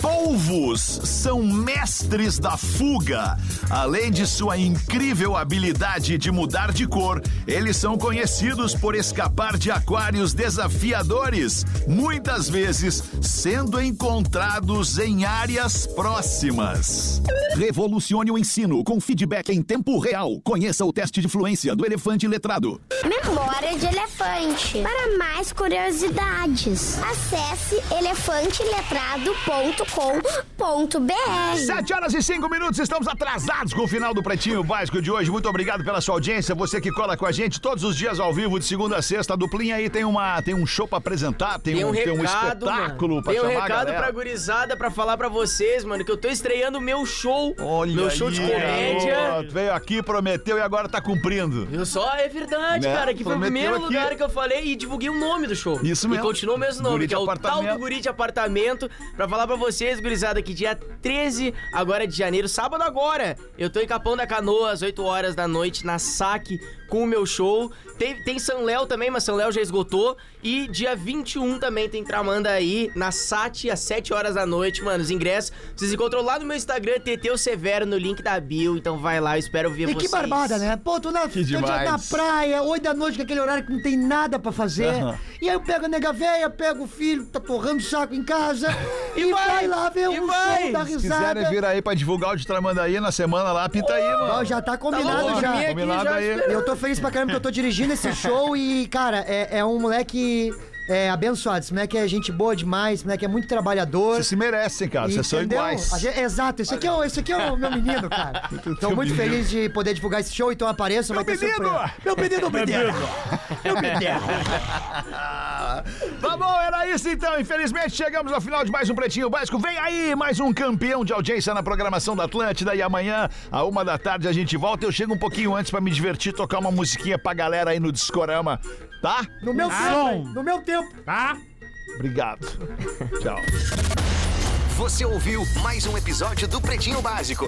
[SPEAKER 4] Polvos são mestres da fuga. Além de sua incrível habilidade de mudar de cor, eles são conhecidos por escapar de aquários desafiadores, muitas vezes sendo encontrados em áreas próximas. Revolucione o ensino com feedback em tempo real. Conheça o teste de fluência do elefante letrado.
[SPEAKER 9] Memória de elefante. Para mais curiosidades, acesse elefanteletrado.com.br.
[SPEAKER 4] Sete horas e cinco minutos, estamos atrasados com o final do Pretinho Básico de hoje. Muito obrigado pela sua audiência, você que cola com a gente todos os dias ao vivo, de segunda a sexta. A duplinha aí tem, uma, tem um show pra apresentar, tem,
[SPEAKER 8] Tem
[SPEAKER 4] um,
[SPEAKER 8] um
[SPEAKER 4] tem um
[SPEAKER 8] recado,
[SPEAKER 4] espetáculo
[SPEAKER 8] mano.
[SPEAKER 4] pra
[SPEAKER 8] Tem um
[SPEAKER 4] chamar a
[SPEAKER 8] recado
[SPEAKER 4] galera.
[SPEAKER 8] pra gurizada pra falar pra vocês, mano, que eu tô estreando o meu show.
[SPEAKER 4] Olha
[SPEAKER 8] meu show de
[SPEAKER 4] aí,
[SPEAKER 8] comédia.
[SPEAKER 4] garoto. Veio aqui, prometeu e agora tá cumprindo.
[SPEAKER 8] Eu só, é verdade,
[SPEAKER 4] Né?
[SPEAKER 8] cara, que foi o
[SPEAKER 4] Prometeu
[SPEAKER 8] primeiro
[SPEAKER 4] aqui.
[SPEAKER 8] lugar que eu falei e divulguei o nome do show.
[SPEAKER 4] Isso mesmo.
[SPEAKER 8] E continuou o mesmo nome,
[SPEAKER 4] Guri de
[SPEAKER 8] que é o tal
[SPEAKER 4] apartamento.
[SPEAKER 8] do guri de apartamento. Pra falar pra vocês, gurizada, que dia 13, agora de janeiro, sábado agora, eu tô em Capão da Canoa, às 8 horas da noite, na saque, com o meu show. Tem, tem São Léo também, mas São Léo já esgotou. E dia 21 também tem Tramandaí, na SAT, às 7 horas da noite, mano. Os ingressos, vocês encontram lá no meu Instagram, TT o Severo, no link da bio. Então vai lá, eu espero ver
[SPEAKER 7] E
[SPEAKER 8] vocês.
[SPEAKER 7] que barbada, né? Pô, tu na, tu
[SPEAKER 4] demais.
[SPEAKER 7] na praia, 8 da noite, que é aquele horário que não tem nada pra fazer. E aí eu pego a nega véia, pego o filho, tá torrando o saco em casa. e, vai, lá ver
[SPEAKER 8] e
[SPEAKER 7] um
[SPEAKER 8] vai.
[SPEAKER 7] show da
[SPEAKER 4] Se quiserem
[SPEAKER 7] risada.
[SPEAKER 4] vir aí pra divulgar o de Tramandaí na semana lá, pinta aí,
[SPEAKER 7] Ó,
[SPEAKER 4] mano.
[SPEAKER 7] já tá combinado
[SPEAKER 8] louco,
[SPEAKER 7] já.
[SPEAKER 8] minha aqui
[SPEAKER 4] Combinado
[SPEAKER 8] já
[SPEAKER 4] aí.
[SPEAKER 8] esperando.
[SPEAKER 7] Eu tô feliz pra caramba que eu tô dirigindo esse show e, cara, é, é um moleque é, abençoado. Esse moleque é gente boa demais, esse moleque é muito trabalhador.
[SPEAKER 4] Vocês se merecem, cara, vocês são
[SPEAKER 7] Entendeu?
[SPEAKER 4] iguais.
[SPEAKER 7] A gente- exato, esse aqui, é o, esse aqui é o meu menino, cara. Tô muito feliz de poder divulgar esse show, então apareça, vai ter
[SPEAKER 4] menino!
[SPEAKER 7] surpresa. Meu menino, meu menino! Meu menino!
[SPEAKER 4] Tá bom, era isso então. Infelizmente chegamos ao final de mais um Pretinho Básico. Vem aí mais um campeão de audiência na programação da Atlântida. E amanhã, à uma da tarde, a gente volta. Eu chego um pouquinho antes pra me divertir, tocar uma musiquinha pra galera aí no Discorama, tá?
[SPEAKER 7] No meu tempo, no meu tempo.
[SPEAKER 6] Tá?
[SPEAKER 4] Obrigado. Tchau.
[SPEAKER 10] Você ouviu mais um episódio do Pretinho Básico.